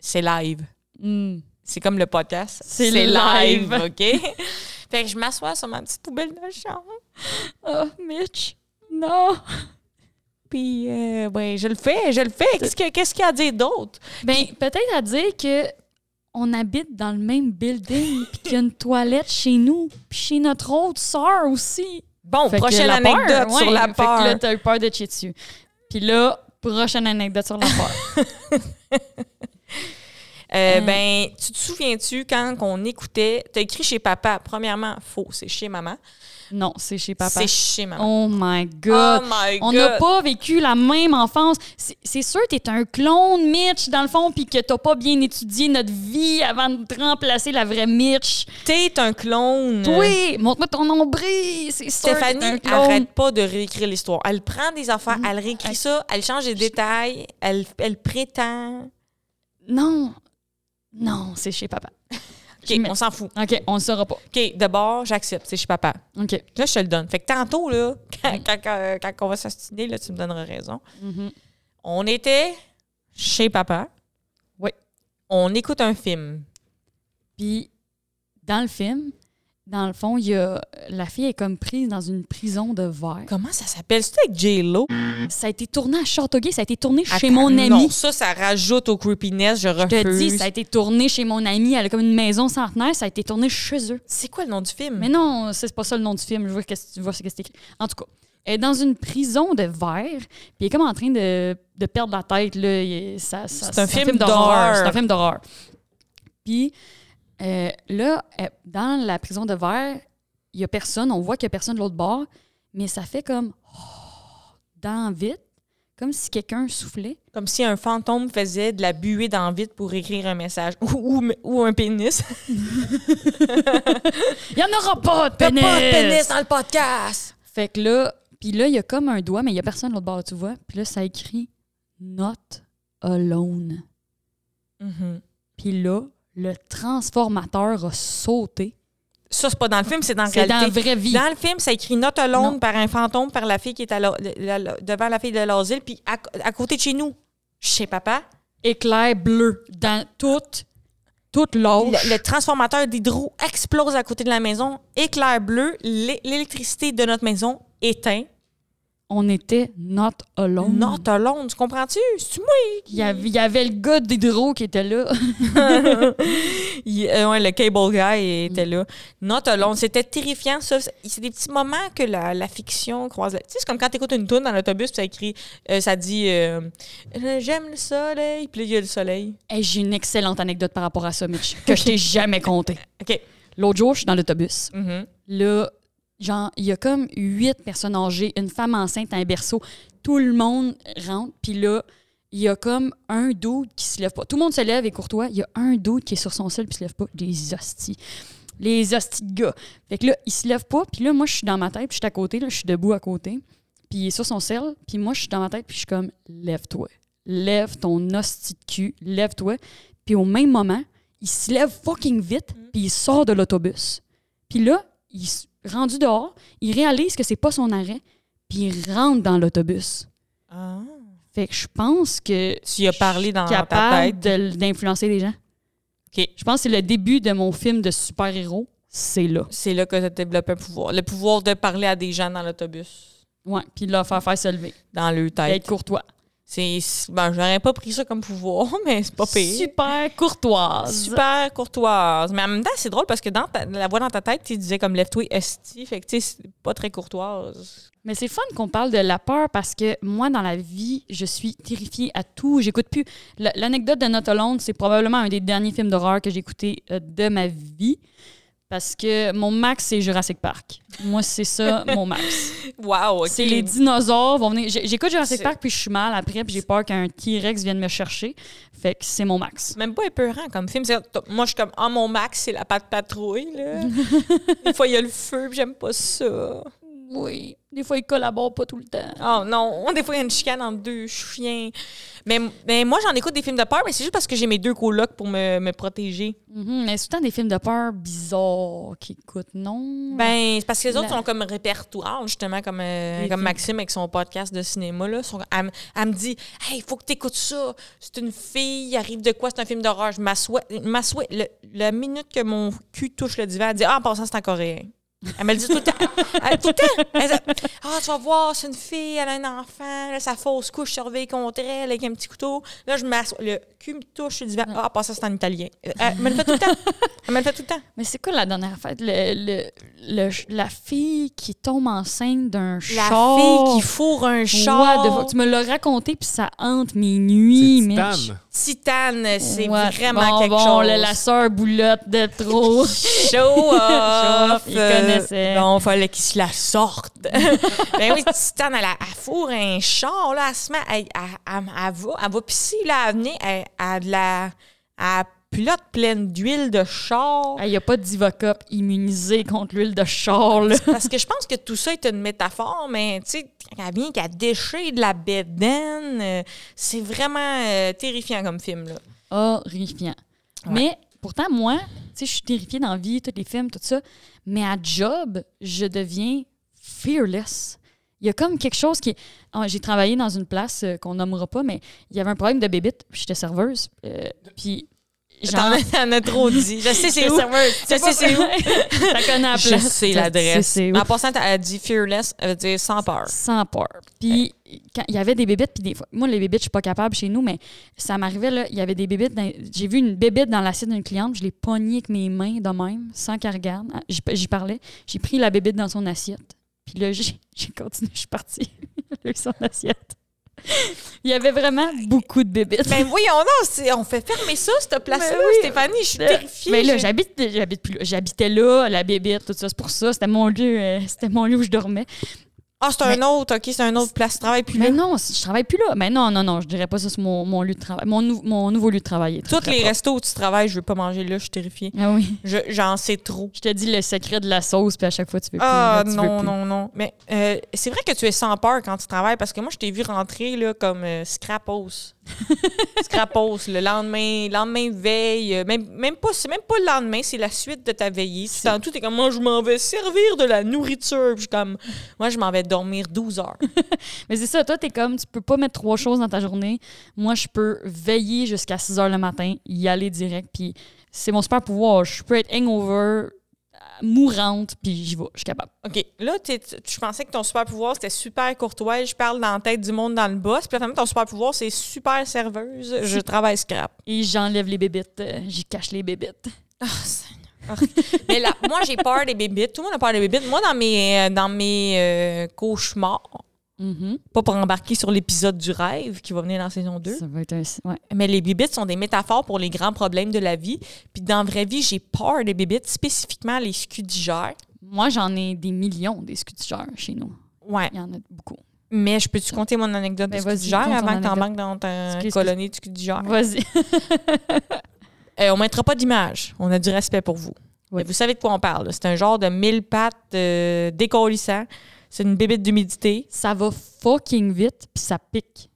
A: C'est live.
B: Hmm.
A: C'est comme le podcast.
B: C'est live.
A: OK? fait que je m'assois sur ma petite poubelle de chambre.
B: Oh, Mitch. Non.
A: Puis, euh, ouais, je le fais, je le fais. Qu'est-ce que- qu'est-ce qu'il y a à dire d'autre?
B: Ben, peut-être à dire que on habite dans le même building, puis qu'il y a une toilette chez nous, puis chez notre autre sœur aussi.
A: Bon,
B: Fait que
A: prochaine
B: la peur,
A: anecdote sur
B: ouais.
A: la peur.
B: Fait que là, t'as eu peur de chier dessus. Puis là, prochaine anecdote sur la peur.
A: Euh,
B: Euh.
A: Ben, tu te souviens-tu quand on écoutait, t'as écrit chez papa, premièrement, faux, c'est chez maman.
B: non, c'est chez papa.
A: C'est chez maman.
B: Oh my God.
A: Oh my
B: on n'a
A: God.
B: pas vécu la même enfance. C'est- C'est sûr que t'es un clone, Mitch, dans le fond, puis que t'as pas bien étudié notre vie avant de remplacer la vraie Mitch.
A: T'es un clone.
B: Oui, montre-moi ton nombril. C'est sûr que t'es un
A: Euh. Stéphanie
B: clone. Mm-hmm.
A: arrête pas de réécrire l'histoire. Elle prend des affaires, elle réécrit ça, elle change les détails, elle, elle prétend.
B: Non. Non, c'est chez papa.
A: OK, on s'en fout.
B: OK, on le saura pas.
A: OK, d'abord, j'accepte, c'est chez papa.
B: OK.
A: Là, je te le donne. Fait que tantôt, là, quand,
B: Mm.
A: quand- quand- quand on va s'astiner, là, tu me donneras raison.
B: Mm-hmm.
A: On était chez papa.
B: Oui.
A: On écoute un film.
B: Puis, dans le film, dans le fond, il y a, la fille est comme prise dans une prison de verre.
A: Comment ça s'appelle? C'est avec J-Lo?
B: Ça a été tourné à Châteauguay, ça a été tourné chez
A: Hein? Attends,
B: mon ami.
A: Non, ça, ça rajoute au creepiness, je
B: Je te
A: refuse.
B: dis, ça a été tourné chez mon ami. Elle a comme une maison centenaire, ça a été tourné chez eux.
A: C'est quoi le nom du film?
B: Mais non, c'est pas ça le nom du film. Je vois qu'est-ce que tu vois, c'est qu'est-ce que c'est écrit. En tout cas, elle est dans une prison de verre, puis elle est comme en train de, de perdre la tête. là. Il- ça- ça-
A: C'est un film d'horreur.
B: C'est un film d'horreur. Puis euh, là, elle- dans la prison de verre, il y a personne. On voit qu'il y a personne de l'autre bord, mais ça fait comme oh, dans vite, comme si quelqu'un soufflait.
A: Comme si un fantôme faisait de la buée dans le vide pour écrire un message. Ou, ou, ou un pénis.
B: Il y en aura pas de pénis.
A: dans le podcast!
B: Fait que là, puis là, il y a comme un doigt, mais il y a personne de l'autre bord, tu vois. Puis là, ça écrit Not alone.
A: Mhm.
B: Puis là, le transformateur a sauté.
A: Ça, c'est pas dans le film, c'est dans la
B: C'est
A: réalité.
B: dans la vraie vie.
A: Dans le film, ça écrit Not Alone
B: Non.
A: par un fantôme, par la fille qui est à l'o- la- la- devant la fille de l'asile, puis à, à côté de chez nous, chez papa,
B: Éclair bleu dans toute, toute l'autre.
A: le, le transformateur d'hydro explose à côté de la maison, éclair bleu, l'é- l'électricité de notre maison éteint.
B: On était not alone.
A: Not Alone, tu comprends-tu? C'est moi.
B: Il y, avait, il y avait le gars d'Hydro qui était là.
A: Il- euh, ouais, le cable guy
B: Mm.
A: était là. Not Alone, c'était terrifiant. Ça, C'est c'est des petits moments que la, la fiction croise. la- Tu sais, c'est comme quand t'écoutes une tune dans l'autobus, puis ça écrit, euh, ça dit euh, Euh, J'aime le soleil », puis là, il y a le soleil.
B: Hey, J'ai une excellente anecdote par rapport à ça, Mitch, que je t'ai jamais contée.
A: OK.
B: L'autre jour, je suis dans l'autobus.
A: Mhm.
B: Là, genre, il y a comme huit personnes âgées, une femme enceinte, un berceau. Tout le monde rentre, puis là, il y a comme un dude qui se lève pas. Tout le monde se lève et courtois. Il y a un dude qui est sur son sol puis se lève pas. Des hosties. les hosties de gars. Fait que là, il se lève pas, puis là, moi, je suis dans ma tête, puis je suis à côté, là, je suis debout à côté, puis il est sur son sel, puis moi, je suis dans ma tête, puis je suis comme, lève-toi. Lève ton hostie de cul, lève-toi. Puis au même moment, il se lève fucking vite, puis il sort de l'autobus. Puis là, il s- rendu dehors, il réalise que c'est pas son arrêt, puis il rentre dans l'autobus.
A: Ah.
B: Fait que je pense que
A: Tu y as parlé dans
B: je suis
A: ta
B: capable
A: tête.
B: de- d'influencer les gens.
A: OK.
B: Je pense que c'est le début de mon film de super-héros. C'est là.
A: C'est là que tu as développé un pouvoir. Le pouvoir de parler à des gens dans l'autobus,
B: Ouais, puis là, faire faire se lever.
A: dans leur tête.
B: Être courtois.
A: C'est, c'est- ben, j'aurais pas pris ça comme pouvoir, mais c'est pas pire.
B: Super courtoise.
A: Super courtoise. Mais en même temps, c'est drôle parce que dans ta- la voix dans ta tête, tu disais comme lève-toi esti. Fait que tu sais, c'est pas très courtoise.
B: Mais c'est fun qu'on parle de la peur parce que moi, dans la vie, je suis terrifiée à tout. J'écoute plus. L- L'anecdote de Not Alone, c'est probablement un des derniers films d'horreur que j'ai écouté euh, de ma vie. Parce que mon max, c'est Jurassic Park. Moi, c'est ça, mon max.
A: Wow, ok.
B: C'est les dinosaures vont venir. J- J'écoute Jurassic
A: C'est-
B: Park, puis je suis mal après, puis j'ai peur qu'un T-Rex vienne me chercher. Fait que c'est mon max.
A: C'est même pas épeurant comme film. C'est- t- Moi, je suis comme, ah, mon max, c'est la patte patrouille, là. Des fois, il y a le feu, puis j'aime pas ça.
B: Oui. Des fois, ils collaborent pas tout le temps.
A: Oh non, des fois, il y a une chicane entre deux chiens. Mais, mais moi, j'en écoute des films de peur, mais c'est juste parce que j'ai mes deux colocs pour me, me protéger.
B: Mhm, mais c'est tout le temps des films de peur bizarres qui écoutent, non?
A: Ben, c'est parce que les autres
B: Mm. La-
A: sont comme répertoire, justement, comme, euh,
B: Les
A: comme
B: films.
A: Maxime avec son podcast de cinéma. Là, Sont- elle, me- elle me dit Hey, il faut que tu écoutes ça. C'est une fille, il arrive de quoi C'est un film d'horreur. Je m'assois. je m'assois. Le- la minute que mon cul touche le divan, elle dit Ah, en passant, c'est en coréen. Elle me le dit tout le temps. Elle- tout le temps. Elle dit, ah, tu vas voir, c'est une fille, elle a un enfant, là, sa fausse couche surveille contre elle avec un petit couteau. Là, je m'assois. Le cul me touche le divan. Ah, en passant, c'est en italien. Elle me le fait tout le temps. Elle me le fait tout le temps.
B: Mais c'est quoi la dernière fête? Le, le- le- la fille qui tombe enceinte d'un
A: La
B: char.
A: fille qui fourre un char.
B: Ouais, de- Tu me l'as raconté, puis ça hante mes
F: C'est
B: nuits.
F: Titan.
B: Mitch.
A: Titane, c'est
B: Ouais.
A: vraiment
B: Bon,
A: quelque
B: bon,
A: chose.
B: le- la sœur boulotte de trop.
A: Show off.
B: il
A: Euh,
B: connaissait.
A: Bon, fallait qu'il se la sorte. ben oui, Titane, elle, a- elle fourre un char, là, elle se met, elle, elle- elle- elle va, elle va pisser, là, elle venait, elle, elle a de la, elle pilote pleine d'huile de char.
B: Il n'y a pas de Divocop immunisé contre l'huile de char, là.
A: Parce que je pense que tout ça est une métaphore, mais tu sais, quand elle vient qu'à déchirer de la bédaine, euh, c'est vraiment euh, terrifiant comme film, là.
B: horrifiant. Mais pourtant, moi, tu sais, je suis terrifiée dans la vie, tous les films, tout ça. Mais à job, je deviens fearless. Il y a comme quelque chose qui. est- Ah, J'ai travaillé dans une place euh, qu'on nommera pas, mais il y avait un problème de bébite, puis j'étais serveuse. euh, puis.
A: T'en as- t'en as trop dit. Je sais c'est où. Je sais c'est où.
B: Ça connaît la
A: Je
B: place.
A: sais
B: Tu sais
A: l'adresse.
B: c'est où.
A: Mais En passant, elle dit fearless, elle veut dire sans peur.
B: Sans peur. Puis, quand il y avait des bébites, puis des fois, moi, les bébites, je suis pas capable chez nous, mais ça m'arrivait, là, il y avait des bébites. dans- J'ai vu une bébite dans l'assiette d'une cliente, je l'ai pognée avec mes mains de même, sans qu'elle regarde. Ah, j'y- J'y parlais. J'ai pris la bébite dans son assiette. Puis là, j'ai j'ai continué, je suis partie avec son assiette. Il y avait vraiment beaucoup de bébites.
A: Mais Ben voyons non, c'est- on fait fermer ça, cette place-là,
B: Mais oui.
A: Stéphanie. Je suis terrifiée.
B: Mais là,
A: Je-
B: j'habite, j'habite plus là. J'habitais là, la bébite, tout ça. C'est pour ça. C'était mon lieu, euh, c'était mon lieu où je dormais.
A: Ah, c'est un autre, OK, c'est un autre place de travail. Puis là,
B: Mais non, c- je travaille plus là. Mais non, non, non, je dirais pas ça, c'est mon, mon lieu de travail. Mon, nou- mon nouveau lieu de travail. est très,
A: tous
B: très
A: les
B: propre.
A: restos où tu travailles, je veux pas manger là, je suis terrifiée.
B: Ah oui.
A: Je- J'en sais trop.
B: Je te dis le secret de la sauce, puis à chaque fois, tu veux plus.
A: Ah
B: tu veux
A: non,
B: plus.
A: non, non. Mais euh, c'est vrai que tu es sans peur quand tu travailles parce que moi, je t'ai vu rentrer là, comme euh, scrapos. scrapos, le lendemain, lendemain veille. euh, Même, même pas, c'est même pas le lendemain, c'est la suite de ta veillée. Tu sens tout, t'es comme, moi, je m'en vais servir de la nourriture. Puis je suis comme, moi, je m'en vais dormir 12 heures.
B: Mais c'est ça, toi, t'es comme, tu peux pas mettre trois choses dans ta journée. Moi, je peux veiller jusqu'à 6 h le matin, y aller direct, puis c'est mon super pouvoir. Je peux être hangover, euh, mourante, puis j'y vais. Je suis capable.
A: OK. Là, t'es- tu tu pensais que ton super pouvoir, c'était super courtois. Je parle dans la tête du monde dans le boss. Puis là, finalement, ton super pouvoir, c'est super serveuse. Je travaille scrap.
B: Et j'enlève les bébites. euh, J'y cache les bébites.
A: Ah, Mais là, moi, j'ai peur des bébites. Tout le monde a peur des bébites. Moi, dans mes, euh, dans mes euh, cauchemars,
B: Mhm.
A: pas pour embarquer sur l'épisode du rêve qui va venir dans saison 2,
B: Ça va être un. Ouais.
A: mais les bébites sont des métaphores pour les grands problèmes de la vie. Puis dans la vraie vie, j'ai peur des bébites, spécifiquement les scudigères.
B: Moi, j'en ai des millions des sculptures chez nous.
A: Ouais.
B: Il y en a beaucoup.
A: Mais je peux-tu compter mon anecdote de
B: Ben, vas-y,
A: scudigère
B: compte ton
A: avant que
B: anecdote.
A: t'embarques dans ta
B: Excuse-
A: colonie de scudigères?
B: Vas-y.
A: Euh, on mettra pas d'image. On a du respect pour vous.
B: Ouais.
A: Mais Vous savez de quoi on parle. là. C'est un genre de mille pattes euh, décollissant. C'est une bébite d'humidité.
B: Ça va fucking vite, puis ça pique.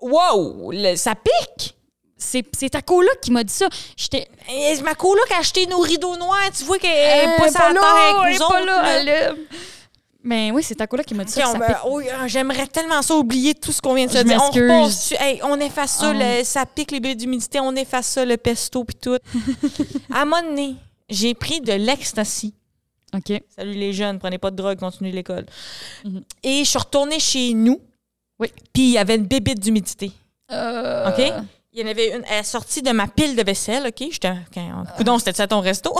A: Wow! Le- ça pique!
B: C'est c'est ta coloc qui m'a dit ça. J'étais.
A: Et ma coloc a acheté nos rideaux noirs. Tu vois qu'elle
B: Elle
A: est
B: est
A: pas sur la
B: là,
A: terre avec
B: elle est
A: nous
B: Eh, pas
A: autres,
B: là,
A: là.
B: elle est- Mais oui, c'est ta coloc qui m'a dit ça.
A: Ok,
B: que
A: on-
B: ça
A: ben,
B: pique.
A: oui, ah, J'aimerais tellement ça oublier tout ce qu'on vient de se
B: Je
A: dire. On
B: m'excuse.
A: repasse dessus. Hey, on efface ça,
B: Oh.
A: le- ça pique les bébés d'humidité, on efface ça, le pesto puis tout. à mon nez, j'ai pris de l'ecstasy.
B: OK.
A: Salut les jeunes, prenez pas de drogue, continuez l'école.
B: Mhm.
A: Et je suis retournée chez nous.
B: Oui.
A: Puis il y avait une bébite d'humidité.
B: Euh,
A: OK? Il y en avait une. Elle est sortie de ma pile de vaisselle, OK? J'étais. quand- Coudon, c'était ça ton resto?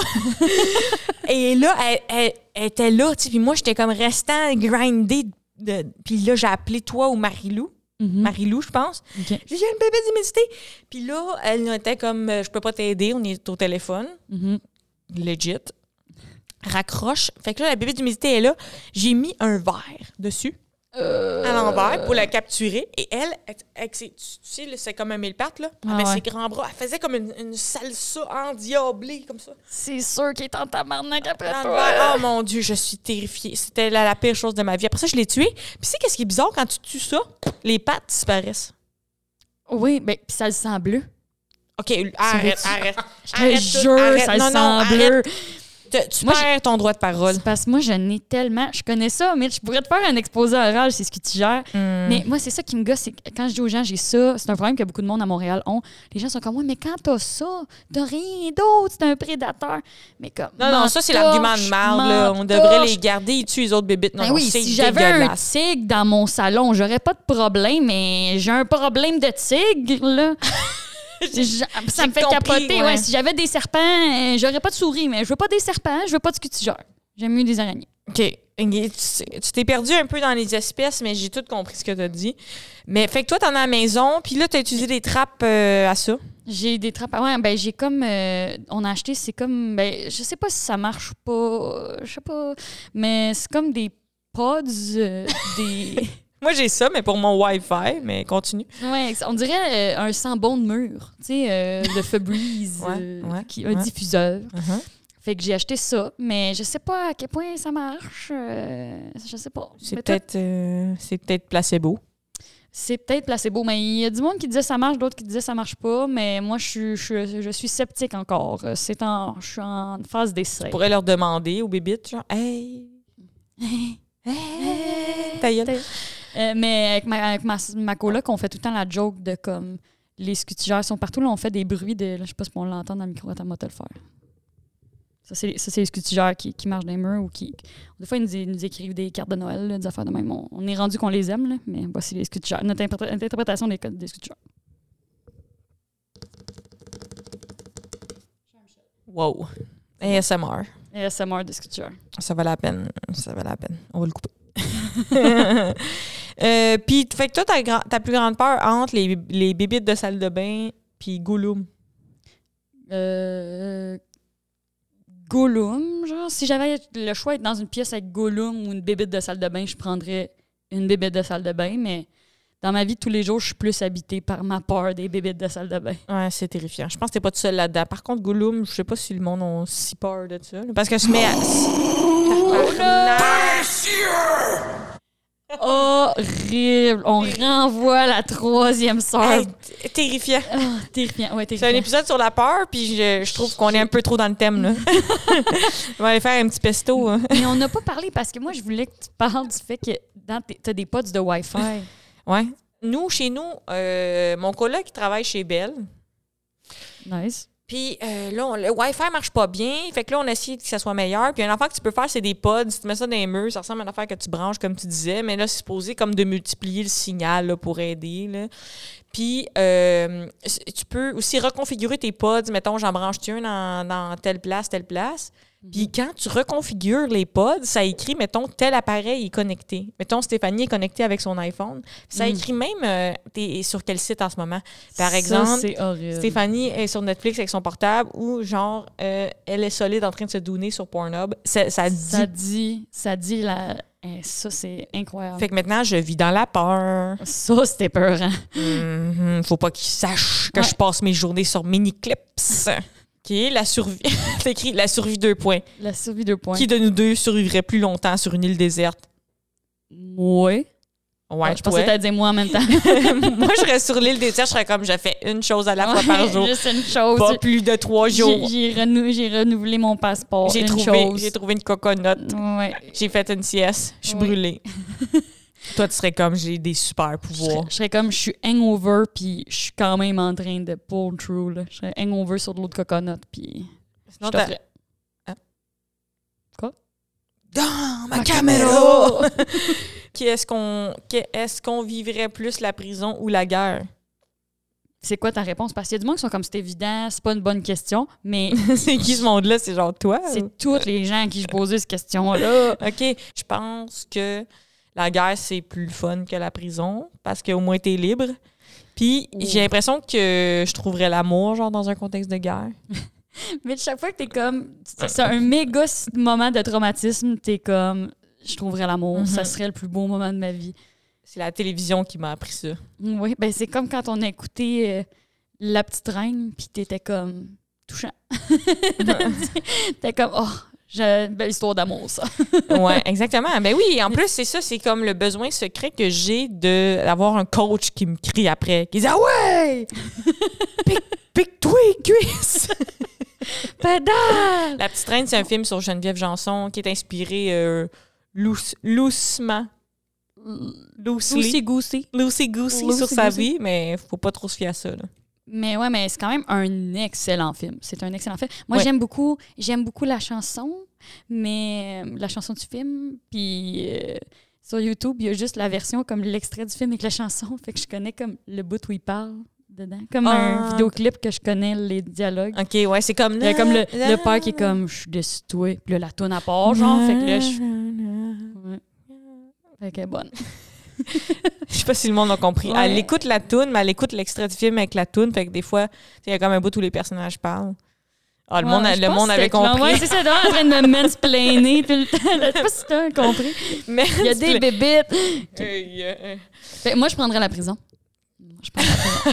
A: Et là, elle, elle- elle était là, tu sais. Puis moi, j'étais comme restant grindé. De... Puis là, j'ai appelé toi ou Marie-Lou.
B: mhm.
A: Marie-Lou, je pense.
B: OK.
A: J'ai dit, J'ai une bébé d'humidité. Puis là, elle était comme, euh, je peux pas t'aider, on est au téléphone.
B: Mhm.
A: Legit. Raccroche. Fait que là, la bébé d'humidité est là. J'ai mis un verre dessus.
B: Euh.
A: À l'envers pour la capturer. Et elle, elle- avec ses- tu tu sais, là, c'est comme un mille pattes, là.
B: Ah
A: avec
B: ouais.
A: ses grands bras. Elle faisait comme une, une salsa endiablée, comme ça.
B: C'est sûr qu'il est en tabarnak après
A: Dans le
B: toi.
A: verre. Oh mon Dieu, je suis terrifiée. C'était la, la pire chose de ma vie. Après ça, je l'ai tuée. Puis tu sais, qu'est-ce qui est bizarre quand tu tues ça? Les pattes disparaissent.
B: Oui, mais puis ça le sent bleu.
A: OK, arrête,
B: veux-tu-
A: arrête.
B: Je
A: Arrête
B: te
A: tout,
B: jure,
A: arrête.
B: ça
A: Non,
B: le
A: non,
B: sent bleu.
A: Te- tu
B: Moi,
A: perds ton droit de parole.
B: C'est parce que moi, je n'ai tellement. Je connais ça, mais je pourrais te faire un exposé oral, c'est ce que tu gères.
A: Hmm.
B: Mais moi, c'est ça qui me gosse. c'est que Quand je dis aux gens, j'ai ça, c'est un problème que beaucoup de monde à Montréal ont. Les gens sont comme, ouais, mais quand t'as ça, t'as rien d'autre, c'est un prédateur. Mais comme.
A: Non, non, ça, c'est l'argument de marde. là. On devrait les garder, ils tuent les autres bébites. Non,
B: Ben
A: non,
B: oui,
A: c'est
B: si j'avais un
A: dégueulasse.
B: tigre dans mon salon, j'aurais pas de problème, mais j'ai un problème de tigre, là. Je- ça me fait
A: compris,
B: capoter. Ouais.
A: ouais.
B: si j'avais des serpents, euh, j'aurais pas de souris, mais je veux pas des serpents, je veux pas de scutigeurs. J'aime mieux des araignées.
A: OK. Tu tu t'es perdu un peu dans les espèces, mais j'ai tout compris ce que t'as dit. Mais fait que toi, t'en as à la maison, puis là, t'as utilisé des trappes euh, à ça.
B: J'ai des trappes. Ouais, ben j'ai comme euh, on a acheté, c'est comme ben je sais pas si ça marche ou pas, euh, je sais pas, mais c'est comme des pods euh, des
A: Moi, j'ai ça, mais pour mon Wi-Fi, mais continue.
B: Ouais, on dirait euh, un sambon de mur, tu sais euh, le Febreze
A: Ouais,
B: euh,
A: ouais,
B: qui un
A: ouais.
B: diffuseur.
A: Uh-huh.
B: Fait que j'ai acheté ça, mais je sais pas à quel point ça marche, euh, je sais pas.
A: C'est
B: Mais
A: peut-être euh, c'est peut-être placebo.
B: C'est peut-être placebo, mais il y a du monde qui disait ça marche, d'autres qui disaient ça marche pas, mais moi je suis, je, suis- je suis sceptique encore. Euh, C'est en, je suis en phase d'essai.
A: pourrais leur demander aux bébites, genre, hey, ta gueule.
B: Euh, mais avec ma, avec ma, ma coloc, on fait tout le temps la joke de comme les scutigeurs sont partout, là on fait des bruits de. là, je sais pas si on l'entend dans le micro, attends, moi te le faire. Ça, c'est ça, c'est les scutigeurs qui, qui marchent dans les murs ou qui. Des fois, ils nous, ils nous écrivent des cartes de Noël, là, des affaires de même. On, on est rendu qu'on les aime, là, mais voici les scutigeurs. Notre interpré- notre interprétation des, codes des scutigeurs.
A: Wow. ASMR.
B: ASMR des scutigeurs.
A: Ça va la peine. Ça va la peine. On va le couper. euh, puis, fait que toi, ta, grand- ta plus grande peur entre les, les bébites de salle de bain puis Gouloum.
B: Euh, Gollum, genre. Si j'avais le choix d'être dans une pièce avec Gollum ou une bébête de salle de bain, je prendrais une bébête de salle de bain, mais dans ma vie de tous les jours, je suis plus habitée par ma peur des bébêtes de salle de bain.
A: Ouais, c'est terrifiant. Je pense que t'es pas tout seul là-dedans. Par contre, Gouloum, je sais pas si le monde a si peur de ça. là, parce que je mets à... Tabarnak!
B: Horrible! On renvoie la troisième sœur.
A: Hey, t- terrifiant.
B: Ah, terrifiant, ouais,
A: C'est un
B: terrifiant.
A: épisode sur la peur, puis je, je trouve qu'on est un peu trop dans le thème. Là. on va aller faire un petit pesto. hein.
B: Mais on n'a pas parlé parce que moi, je voulais que tu parles du fait que dans tes- t'as des potes de Wi-Fi.
A: Ouais. Nous, chez nous, euh, mon collègue qui travaille chez Belle,
B: Nice.
A: Puis euh, là, on- le Wi-Fi marche pas bien. Fait que là, on essaie que ça soit meilleur. Puis une affaire que tu peux faire, c'est des pods. Tu te mets ça dans les murs. Ça ressemble à une affaire que tu branches, comme tu disais. Mais là, c'est supposé comme de multiplier le signal là, pour aider. là. Puis euh, s- tu peux aussi reconfigurer tes pods. Mettons, j'en branche-tu un dans, dans telle place, telle place. Puis quand tu reconfigures les pods, ça écrit, mettons, tel appareil est connecté. Mettons, Stéphanie est connectée avec son iPhone. Ça
B: Mm.
A: écrit même euh, t'es sur quel site en ce moment. Par
B: Ça,
A: exemple,
B: c'est horrible.
A: Stéphanie est sur Netflix avec son portable ou genre euh, elle est solide en train de se donner sur Pornhub. Ça, ça dit.
B: Ça dit, ça dit la. eh, ça, c'est incroyable.
A: Fait que maintenant, je vis dans la peur.
B: Ça, c'était peur. hein.
A: Mhm, Faut pas qu'ils sachent que
B: Mm. Ouais.
A: je passe mes journées sur mini clips. qui est la survie. C'est écrit la survie deux points.
B: La survie de points.
A: Qui de nous deux survivrait plus longtemps sur une île déserte?
B: Ouais.
A: Ouais,
B: je pensais que t'allais dire moi en même temps.
A: Moi, je serais sur l'île déserte, je serais comme je fais une chose à la fois par jour.
B: Juste une chose.
A: Pas plus de trois
B: J'ai
A: jours.
B: j'ai renou- j'ai renouvelé mon passeport.
A: J'ai
B: une
A: trouvé,
B: chose.
A: j'ai trouvé une coconut.
B: Ouais.
A: J'ai fait une sieste. Je suis
B: Oui.
A: brûlée. Toi, tu serais comme j'ai des super
B: Je serais,
A: pouvoirs.
B: je serais comme, je suis hangover, puis je suis quand même en train de pull through. Là. Je serais hangover sur de l'eau de coconut, puis je
A: Sinon, t'as-
B: t'offrais.
A: Dans ma,
B: Ma
A: caméra!
B: caméra!
A: qui est-ce qu'on qui est-ce qu'on vivrait plus, la prison ou la guerre?
B: C'est quoi ta réponse? Parce qu'il y a du monde qui sont comme, c'est évident, c'est pas une bonne question, mais
A: c'est qui ce monde-là? C'est genre toi? ou-
B: c'est tous les gens à qui je posais cette question-là.
A: OK, je pense que la guerre, c'est plus fun que la prison parce qu'au moins, t'es libre. Puis j'ai l'impression que je trouverais l'amour, genre, dans un contexte de guerre.
B: mais chaque fois que t'es comme, c'est c'est un méga s- moment de traumatisme, t'es comme, je trouverais l'amour,
A: Mhm.
B: ça serait le plus beau moment de ma vie.
A: C'est la télévision qui m'a appris ça.
B: Oui, ben c'est comme quand on a écouté euh, La Petite Reine, puis t'étais comme touchant. T'es comme, oh, j'ai une belle histoire d'amour, ça.
A: ouais, exactement. Ben oui, en plus, c'est ça, c'est comme le besoin secret que j'ai de- d'avoir un coach qui me crie après, qui dit Ah ouais! Pique- Pique-toi les cuisses!
B: Pédale!
A: La petite reine, c'est un film sur Geneviève Janson qui est inspiré euh, loose- loussement. Loosely.
B: Goosey goosey.
A: Lucy Goosey sur sa
B: Loosey-goosey.
A: vie, mais faut pas trop se fier à ça. là.
B: Mais ouais, mais c'est quand même un excellent film. C'est un excellent film. Moi,
A: Ouais.
B: j'aime beaucoup, j'aime beaucoup la chanson, mais euh, la chanson du film, puis euh, sur YouTube, il y a juste la version comme l'extrait du film avec la chanson, fait que je connais comme le bout où il parle dedans, comme
A: Ah.
B: un vidéoclip que je connais les dialogues.
A: Ok, ouais, c'est comme.
B: Il y a comme le,
A: Ah.
B: le père qui est comme je suis déçu de toi. Puis là, la tourne à part, genre. Fait que là, je. Ouais. Fait qu'elle est bonne.
A: Je sais pas si le monde a compris.
B: Ouais.
A: Elle écoute la toune, mais elle écoute l'extrait du film avec la toune. Fait que des fois, tu sais, il y a comme un bout où les personnages parlent. Ah, le
B: Ouais,
A: monde,
B: ouais,
A: a-
B: je
A: le
B: pense
A: monde
B: que
A: avait
B: c'était clair. Ouais,
A: compris.
B: c'est ça, d'ailleurs, en train de me mansplainer. Puis le temps, là, je sais pas si t'as compris.
A: Mais
B: Il y a des bébites.
A: Hey, euh,
B: Fait que Ben, moi, je prendrais la prison. Je prendrais la prison.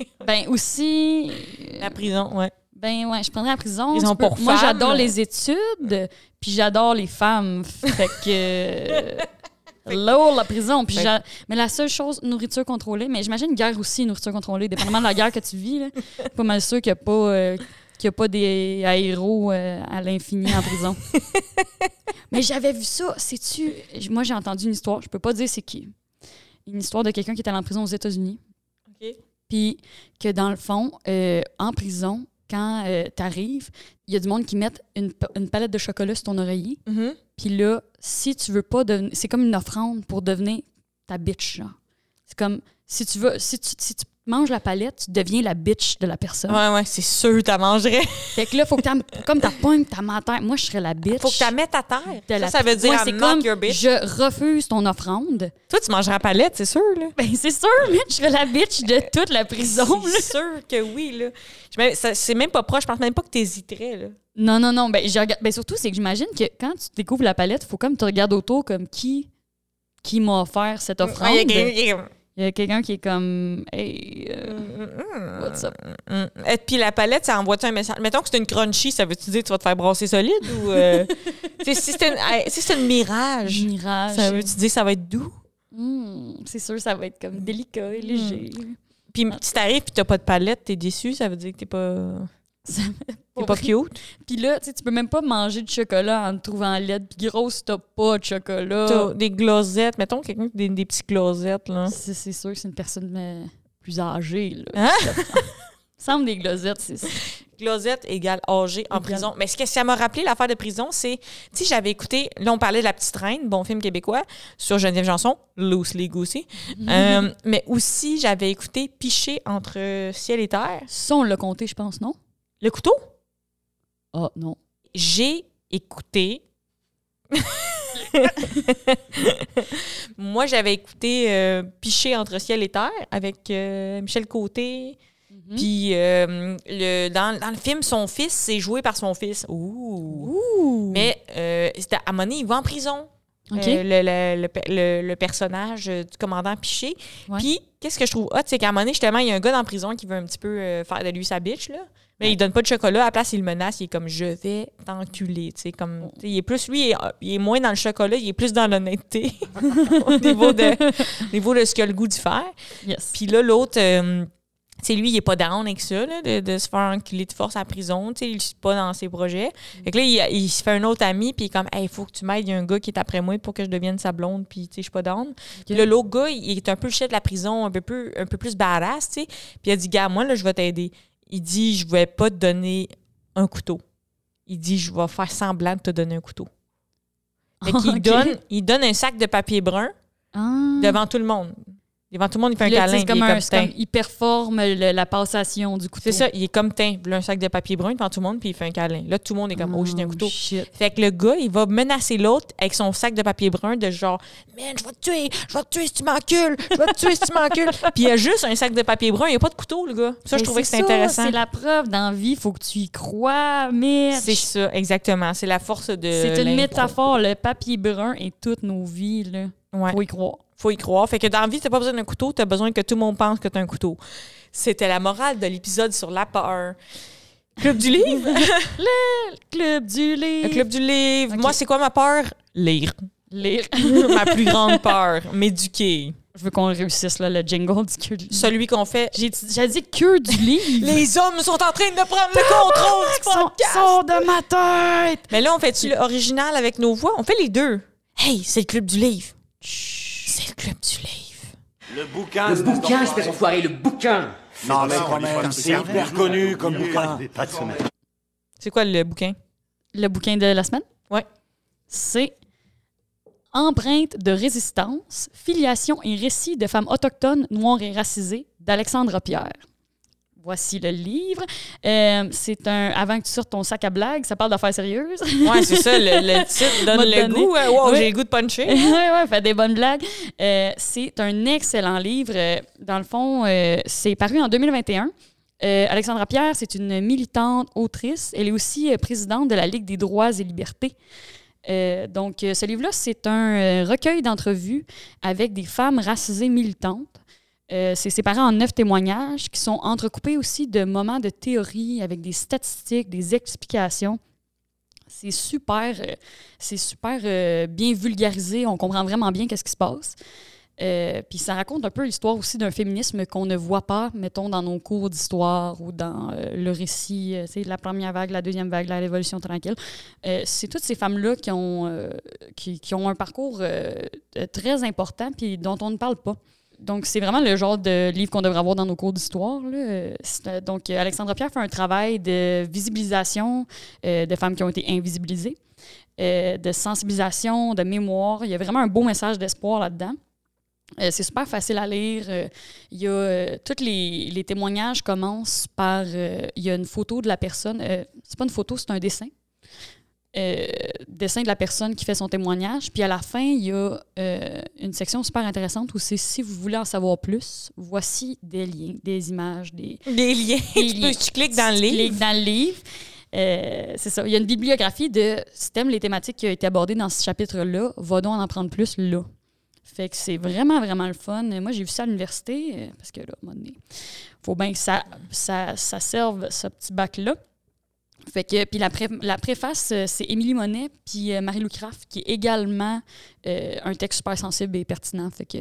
A: ok.
B: ben, aussi. euh,
A: La prison, ouais.
B: Ben, ouais, je prendrais la prison.
A: Prison
B: Tu peux-
A: pour
B: moi,
A: femmes.
B: j'adore les études, puis j'adore les femmes. Fait que. Hello, la prison. Puis
A: Fait-
B: j'a- Mais la seule chose, nourriture contrôlée. Mais j'imagine guerre aussi, nourriture contrôlée, dépendamment de la guerre que tu vis. Là. Pas mal sûr qu'il n'y a, pas, euh, qu'il y a pas des aéros euh, à l'infini en prison. Mais j'avais vu ça, sais-tu? j- Moi, j'ai entendu une histoire, je peux pas dire c'est qui. Une histoire de quelqu'un qui est allé en prison aux États-Unis.
A: Ok.
B: Puis que dans le fond, euh, en prison, quand tu arrives, il y a du monde qui met une, pa- une palette de chocolat sur ton oreiller.
A: Mhm.
B: Puis là, si tu veux pas devenir. C'est comme une offrande pour devenir ta bitch, genre. C'est comme si tu veux. Si tu, si tu manges la palette, tu deviens la bitch de la personne.
A: Ouais, ouais, c'est sûr, t'as mangerais.
B: Fait que là, faut que t'am- comme ta pogne, ta menteur. Moi, je serais la bitch.
A: Faut que t'as mettes à terre.
B: de
A: Ça,
B: la-
A: ça veut dire
B: Ouais,
A: I'm
B: c'est
A: not
B: comme
A: your bitch.
B: je refuse ton offrande.
A: Toi, tu mangerais à palette, c'est sûr, là.
B: Ben c'est sûr, mais je serais la bitch de toute la prison. là.
A: C'est sûr que oui, là. Je me- ça- C'est même pas proche, je pense même pas que t'hésiterais, là.
B: Non, non, non. Ben, je regarde- ben, surtout, c'est que j'imagine que quand tu découvres la palette, faut comme tu regardes autour comme qui qui m'a offert cette offrande.
A: Mm, Ouais, il
B: Il
A: y a- il y a-
B: y a quelqu'un qui est comme Hey, euh, what's up?
A: Mm. Et puis la palette, ça envoie-tu un message? Mettons que c'est une crunchy, ça veut-tu dire que tu vas te faire brasser solide ou. euh, tu sais, si c'est une, hey, si c'est une mirage,
B: Mirage.
A: Euh, ça veut-tu dire que ça va être doux?
B: Hmm, c'est sûr, ça va être comme délicat
A: Hmm.
B: et léger.
A: Puis si t'arrives puis t'as pas de palette, t'es déçu, ça veut dire que t'es pas.
B: Ça
A: T'es pas cute.
B: Puis là, tu sais, tu peux même pas manger de chocolat en te trouvant laide. Puis grosse, t'as pas de chocolat.
A: T'as des glosettes, mettons quelqu'un qui a des, des petites glosettes, là.
B: C'est c'est sûr que c'est une personne euh, plus âgée. Là,
A: Hein?
B: qui s'offre. Semble des glosettes, c'est ça.
A: Glosette égale âgé en
B: Égale.
A: prison. Mais ce que ça m'a rappelé, l'affaire de prison, c'est, tu sais, j'avais écouté, là, on parlait de La Petite Reine, bon film québécois, sur Geneviève Janson, loosely goosey. Euh, mais aussi, j'avais écouté Piché entre ciel et terre.
B: Ça, on l'a compté, je pense, non?
A: Le couteau?
B: Ah, non.
A: J'ai écouté. Moi, j'avais écouté euh, Piché entre ciel et terre avec euh, Michel Côté.
B: Hmm.
A: Puis euh, le, dans, dans le film, son fils, c'est joué par son fils. Ouh! Mais euh, c'était- à un moment donné, il va en prison.
B: OK.
A: Euh, le, le- le pe- le- le personnage euh, du commandant Piché.
B: Ouais.
A: Puis, qu'est-ce que je trouve hot, c'est qu'à un moment donné, justement, il y a un gars dans la prison qui veut un petit peu euh, faire de lui sa bitch, là. Mais il donne pas de chocolat. À la place, il le menace. Il est comme je vais t'enculer. Tu sais, comme, tu sais, il est plus, lui, il est, il est moins dans le chocolat. Il est plus dans l'honnêteté au niveau de, au niveau de ce qu'il a le goût de faire.
B: Yes.
A: Puis là, l'autre, euh, tu sais, lui, il est pas down avec ça, là, de, de se faire enculer de force à la prison. Tu sais, il est pas dans ses projets.
B: Mm.
A: Fait que là, il, il se fait un autre ami, puis il est comme, hey, il faut que tu m'aides, il y a un gars qui est après moi pour que je devienne sa blonde, puis tu sais, je suis pas down. Puis là, l'autre gars, il est un peu le chef de la prison, un peu plus, un peu plus badass, tu sais. Puis il a dit, gars, moi, là, je vais t'aider. Il dit, je vais pas te donner un couteau. Il dit, je vais faire semblant de te donner un couteau. Fait qu'il
B: Ok.
A: donne, il donne un sac de papier brun
B: Ah.
A: devant tout le monde. Devant tout le monde, il fait un
B: Puis là, tu
A: câlin.
B: sais, c'est comme
A: puis il est
B: un-
A: comme,
B: c'est comme-
A: Tain.
B: il performe le- la passation du couteau.
A: C'est ça, il est comme teint, il a un sac de papier brun devant tout le monde, puis il fait un câlin. Là, tout le monde est comme, oh, j'ai un couteau.
B: shit.
A: Fait que le gars, il va menacer l'autre avec son sac de papier brun de genre, man, je vais te tuer, je vais te tuer si tu m'encules, je vais te tuer si tu m'encules. Puis il y a juste un sac de papier brun, il n'y a pas de couteau, le gars. Ça, je
B: Mais
A: trouvais que
B: c'est
A: c'était
B: ça,
A: intéressant.
B: C'est la preuve dans la vie, faut que tu y crois, mais
A: C'est ça, exactement. C'est la force de.
B: c'est
A: l'impro.
B: une métaphore. Le papier brun et toutes nos vies, là.
A: Ouais.
B: Faut y croire.
A: Faut y croire. Fait que dans la vie, t'as pas besoin d'un couteau, t'as besoin que tout le monde pense que t'as un couteau. C'était la morale de l'épisode sur la peur. Club du livre?
B: Club du livre.
A: Le club du livre.
B: Ok.
A: Moi, c'est quoi ma peur? Lire.
B: Lire.
A: ma plus grande peur, m'éduquer.
B: Je veux qu'on réussisse, là, le jingle du que du
A: Celui qu'on fait.
B: J'ai dit- j'ai dit que du livre.
A: Les hommes sont en train de prendre le contrôle du
B: Sors
A: podcast.
B: sors de ma tête!
A: Mais là, on fait-tu l'original avec nos voix? On fait les deux. Hey, c'est le club du livre. C'est le club du livre.
G: Le bouquin, espèce d'enfoiré, le bouquin
H: Non, mais quand même, c'est hyper connu comme bouquin.
A: C'est quoi le bouquin?
B: Le bouquin de la semaine?
A: Ouais.
B: C'est Empreinte de résistance, filiation et récit de femmes autochtones, noires et racisées d'Alexandre Pierre. Voici le livre. Euh, c'est un. Avant que tu sortes ton sac à blagues, ça parle d'affaires sérieuses.
A: Ouais, c'est ça, le, le titre donne
B: M'a
A: le
B: donné.
A: goût. hein. Wow,
B: Oui.
A: j'ai le goût de puncher.
B: oui, ouais, fait des bonnes blagues. Euh, c'est un excellent livre. Euh, Dans le fond, euh, c'est paru en 2021. Euh, Alexandra Pierre, c'est une militante autrice. Elle est aussi euh, présidente de la Ligue des droits et libertés. Euh, donc, euh, ce livre-là, c'est un euh, recueil d'entrevues avec des femmes racisées militantes. Euh, c'est séparé en neuf témoignages qui sont entrecoupés aussi de moments de théorie avec des statistiques, des explications. C'est super euh, c'est super euh, bien vulgarisé, on comprend vraiment bien qu'est-ce qui se passe. Euh, puis ça raconte un peu l'histoire aussi d'un féminisme qu'on ne voit pas, mettons, dans nos cours d'histoire ou dans euh, le récit, euh, tu sais, la première vague, la deuxième vague, la révolution tranquille. Euh, c'est toutes ces femmes-là qui, ont, euh, qui, qui ont un parcours euh, euh, très important puis dont on ne parle pas. Donc, c'est vraiment le genre de livre qu'on devrait avoir dans nos cours d'histoire. là. Euh, c'est, euh, Donc, euh, Alexandra Pierre fait un travail de visibilisation euh, de femmes qui ont été invisibilisées euh, de sensibilisation, de mémoire. Il y a vraiment un beau message d'espoir là-dedans. Euh, c'est super facile à lire. Euh, il y a euh, tous les, les témoignages commencent par euh, il y a une photo de la personne. Euh, c'est pas une photo, c'est un dessin. Euh, dessin de la personne qui fait son témoignage. Puis à la fin, il y a euh, une section super intéressante où c'est si vous voulez en savoir plus, voici des liens, des images, des,
A: Des liens.
B: Des
A: tu, peux-
B: liens.
A: tu cliques dans le
B: tu
A: livre.
B: cliques dans le livre. Euh, c'est ça. Il y a une bibliographie de ce thème, les thématiques qui ont été abordées dans ce chapitre-là. Va donc en prendre plus là. Fait que c'est vraiment, vraiment le fun. Moi, j'ai vu ça à l'université, euh, parce que là, à un moment donné, faut bien que ça, ça, ça serve ce petit bac-là. Fait que, puis la, pré- la préface, euh, c'est Émilie Monet, puis euh, Marie-Lou Craft, qui est également euh, un texte super sensible et pertinent. Fait que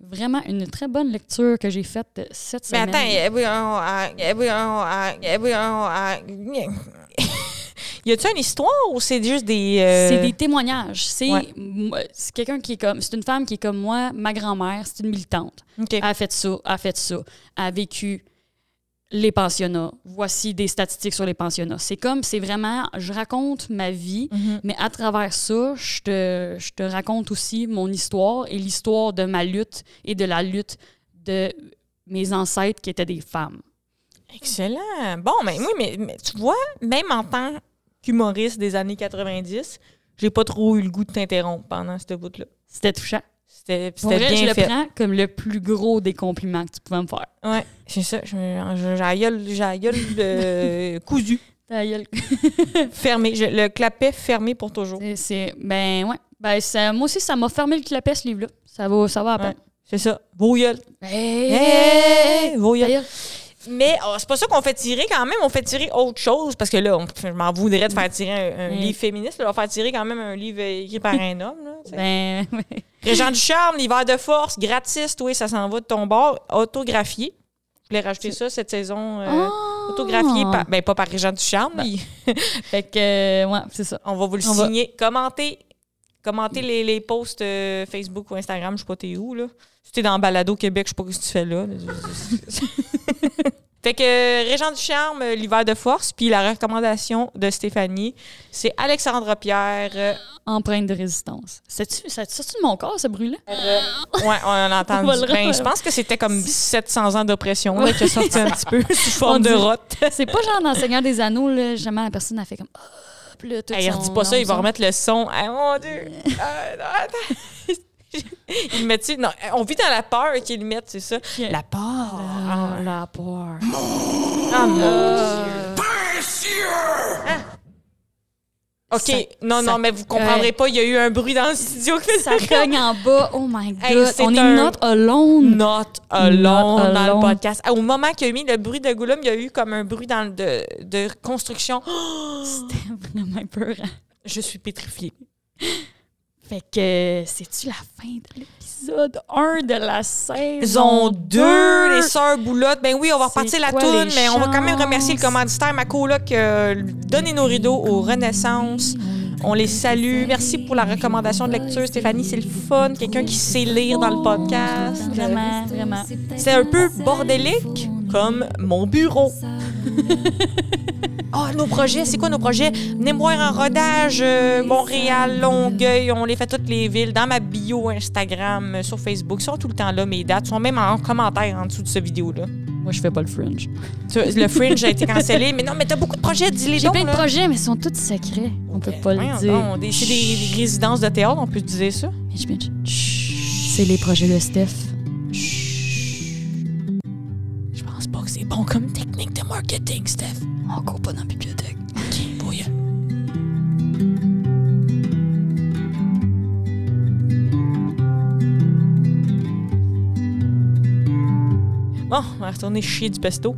B: vraiment une très bonne lecture que j'ai faite euh, cette
A: Mais
B: semaine.
A: attends, eh oui, oh, ah, eh oui, oh, ah, eh oui, oh, ah. y a-tu une histoire ou c'est juste des. euh,
B: C'est des témoignages. C'est
A: Ouais.
B: moi, c'est quelqu'un qui est comme. C'est une femme qui est comme moi, ma grand-mère, c'est une militante.
A: OK.
B: Elle a fait ça, elle a fait ça. Elle a vécu les pensionnats. Voici des statistiques sur les pensionnats. C'est comme, c'est vraiment, je raconte ma vie,
A: Mm-hmm.
B: mais à travers ça, je te, je te raconte aussi mon histoire et l'histoire de ma lutte et de la lutte de mes ancêtres qui étaient des femmes.
A: Excellent. Bon, mais oui, mais, mais tu vois, même en tant qu'humoriste des années 90, j'ai pas trop eu le goût de t'interrompre pendant cette bout-là.
B: C'était touchant.
A: C'était
B: Pour
A: c'était
B: vrai, je
A: bien
B: le
A: fait.
B: prends comme le plus gros des compliments que tu pouvais me faire.
A: Ouais, c'est ça. Je- je- J'ai la gueule- j'ai la gueule euh, cousue,
B: Ta gueule.
A: fermée. Je- le clapet fermé pour toujours.
B: C'est- C'est. Ben ouais. Ben, ça- moi aussi, ça m'a fermé le clapet, ce livre-là. Ça va, ça va à peine.
A: C'est ça. Vos gueules.
B: Hey,
A: Hey, vos gueules.
B: Eh, D'ailleurs,
A: Mais oh, c'est pas ça qu'on fait tirer quand même, on fait tirer autre chose, parce que là, on- je m'en voudrais de faire tirer un, un
B: Mm.
A: livre féministe, là, on va faire tirer quand même un livre euh, écrit par un homme. Là, tu sais.
B: Ben, ouais.
A: Régent du charme, l'hiver de force, gratis, oui, ça s'en va de ton bord, autographié. Je voulais rajouter ça cette saison, euh,
B: Ah!
A: autographié, par, ben pas par Régent du charme, lui.
B: Fait que, euh, ouais, c'est ça.
A: On va vous le
B: On va-
A: signer. Commentez. Commentez les, les posts euh, Facebook ou Instagram, je sais pas t'es où, là. Si t'es dans Balado Québec, je sais pas ce que tu fais là. fait que Régent du Charme, euh, l'hiver de force, puis la recommandation de Stéphanie, c'est Alexandra Pierre. Euh,
B: Empreinte de résistance. Euh, C'est-tu ça- sort-tu de mon corps, ce bruit-là?
A: ouais, on en a entendu.
B: On va le
A: Ben,
B: refaire.
A: je pense que c'était comme 700 ans d'oppression là, qui a sorti un petit peu sous
B: On
A: forme de
B: dirait-
A: rotte.
B: C'est pas genre dans le Seigneur des Anneaux, là, jamais la personne a fait comme. Ah! Puis là, tout
A: Hey,
B: son-
A: redis pas ça, il va
B: son-
A: remettre le son. Ah, mon Dieu! Ah, non, attends. il met dessus. Non, on vit dans la peur qu'ils mettent, c'est ça. La peur.
B: Ah, la peur.
A: Ah, mon Dieu!
B: Ça-
A: OK, non,
B: ça-
A: non, mais vous comprendrez
B: ouais.
A: pas, il y a eu un bruit dans le studio. qui
B: Ça cogne en bas. Oh my God.
A: Hey, c'est
B: On
A: un-
B: est not alone.
A: Not alone
B: Not
A: dans
B: alone.
A: le podcast. Ah, Au moment qu'il a mis le bruit de Gollum, il y a eu comme un bruit dans le- de, de construction. Oh,
B: C'était vraiment peur.
A: Je suis pétrifiée.
B: Fait que, c'est-tu la fin de l'épisode 1 de la saison
A: Saison 2, les sœurs boulottes. Ben oui, on va
B: C'est
A: repartir la
B: quoi
A: toune,
B: les
A: mais on va quand même
B: chances?
A: remercier le commanditaire, ma coloc, euh, Donnez nos rideaux aux Renaissances. On les salue. Merci pour la recommandation de lecture, Stéphanie. C'est le fun. Quelqu'un qui sait lire dans le podcast.
B: Vraiment, vraiment.
A: C'est un peu bordélique, comme mon bureau. Ah, nos projets, c'est quoi nos projets? Mémoire en rodage, euh, Montréal, Longueuil, on les fait toutes les villes. Dans ma bio Instagram, euh, sur Facebook, sont tout le temps là, mes dates. sont même en commentaire en dessous de cette vidéo-là.
B: Moi, je fais pas le fringe.
A: Tu- Le fringe a été cancellé, mais non, mais t'as beaucoup de projets, dis-les
B: J'ai
A: donc.
B: plein de
A: là.
B: projets, mais ils sont tous secrets. On peut pas
A: Voyons
B: le dire.
A: donc, des- C'est des résidences de théâtre, on peut te dire ça?
B: Mitch, Mitch. C'est les projets de Steph.
A: Je pense pas que c'est bon comme technique de marketing, Steph.
B: On court pas dans la bibliothèque.
A: Bon, on va retourner chier du pesto.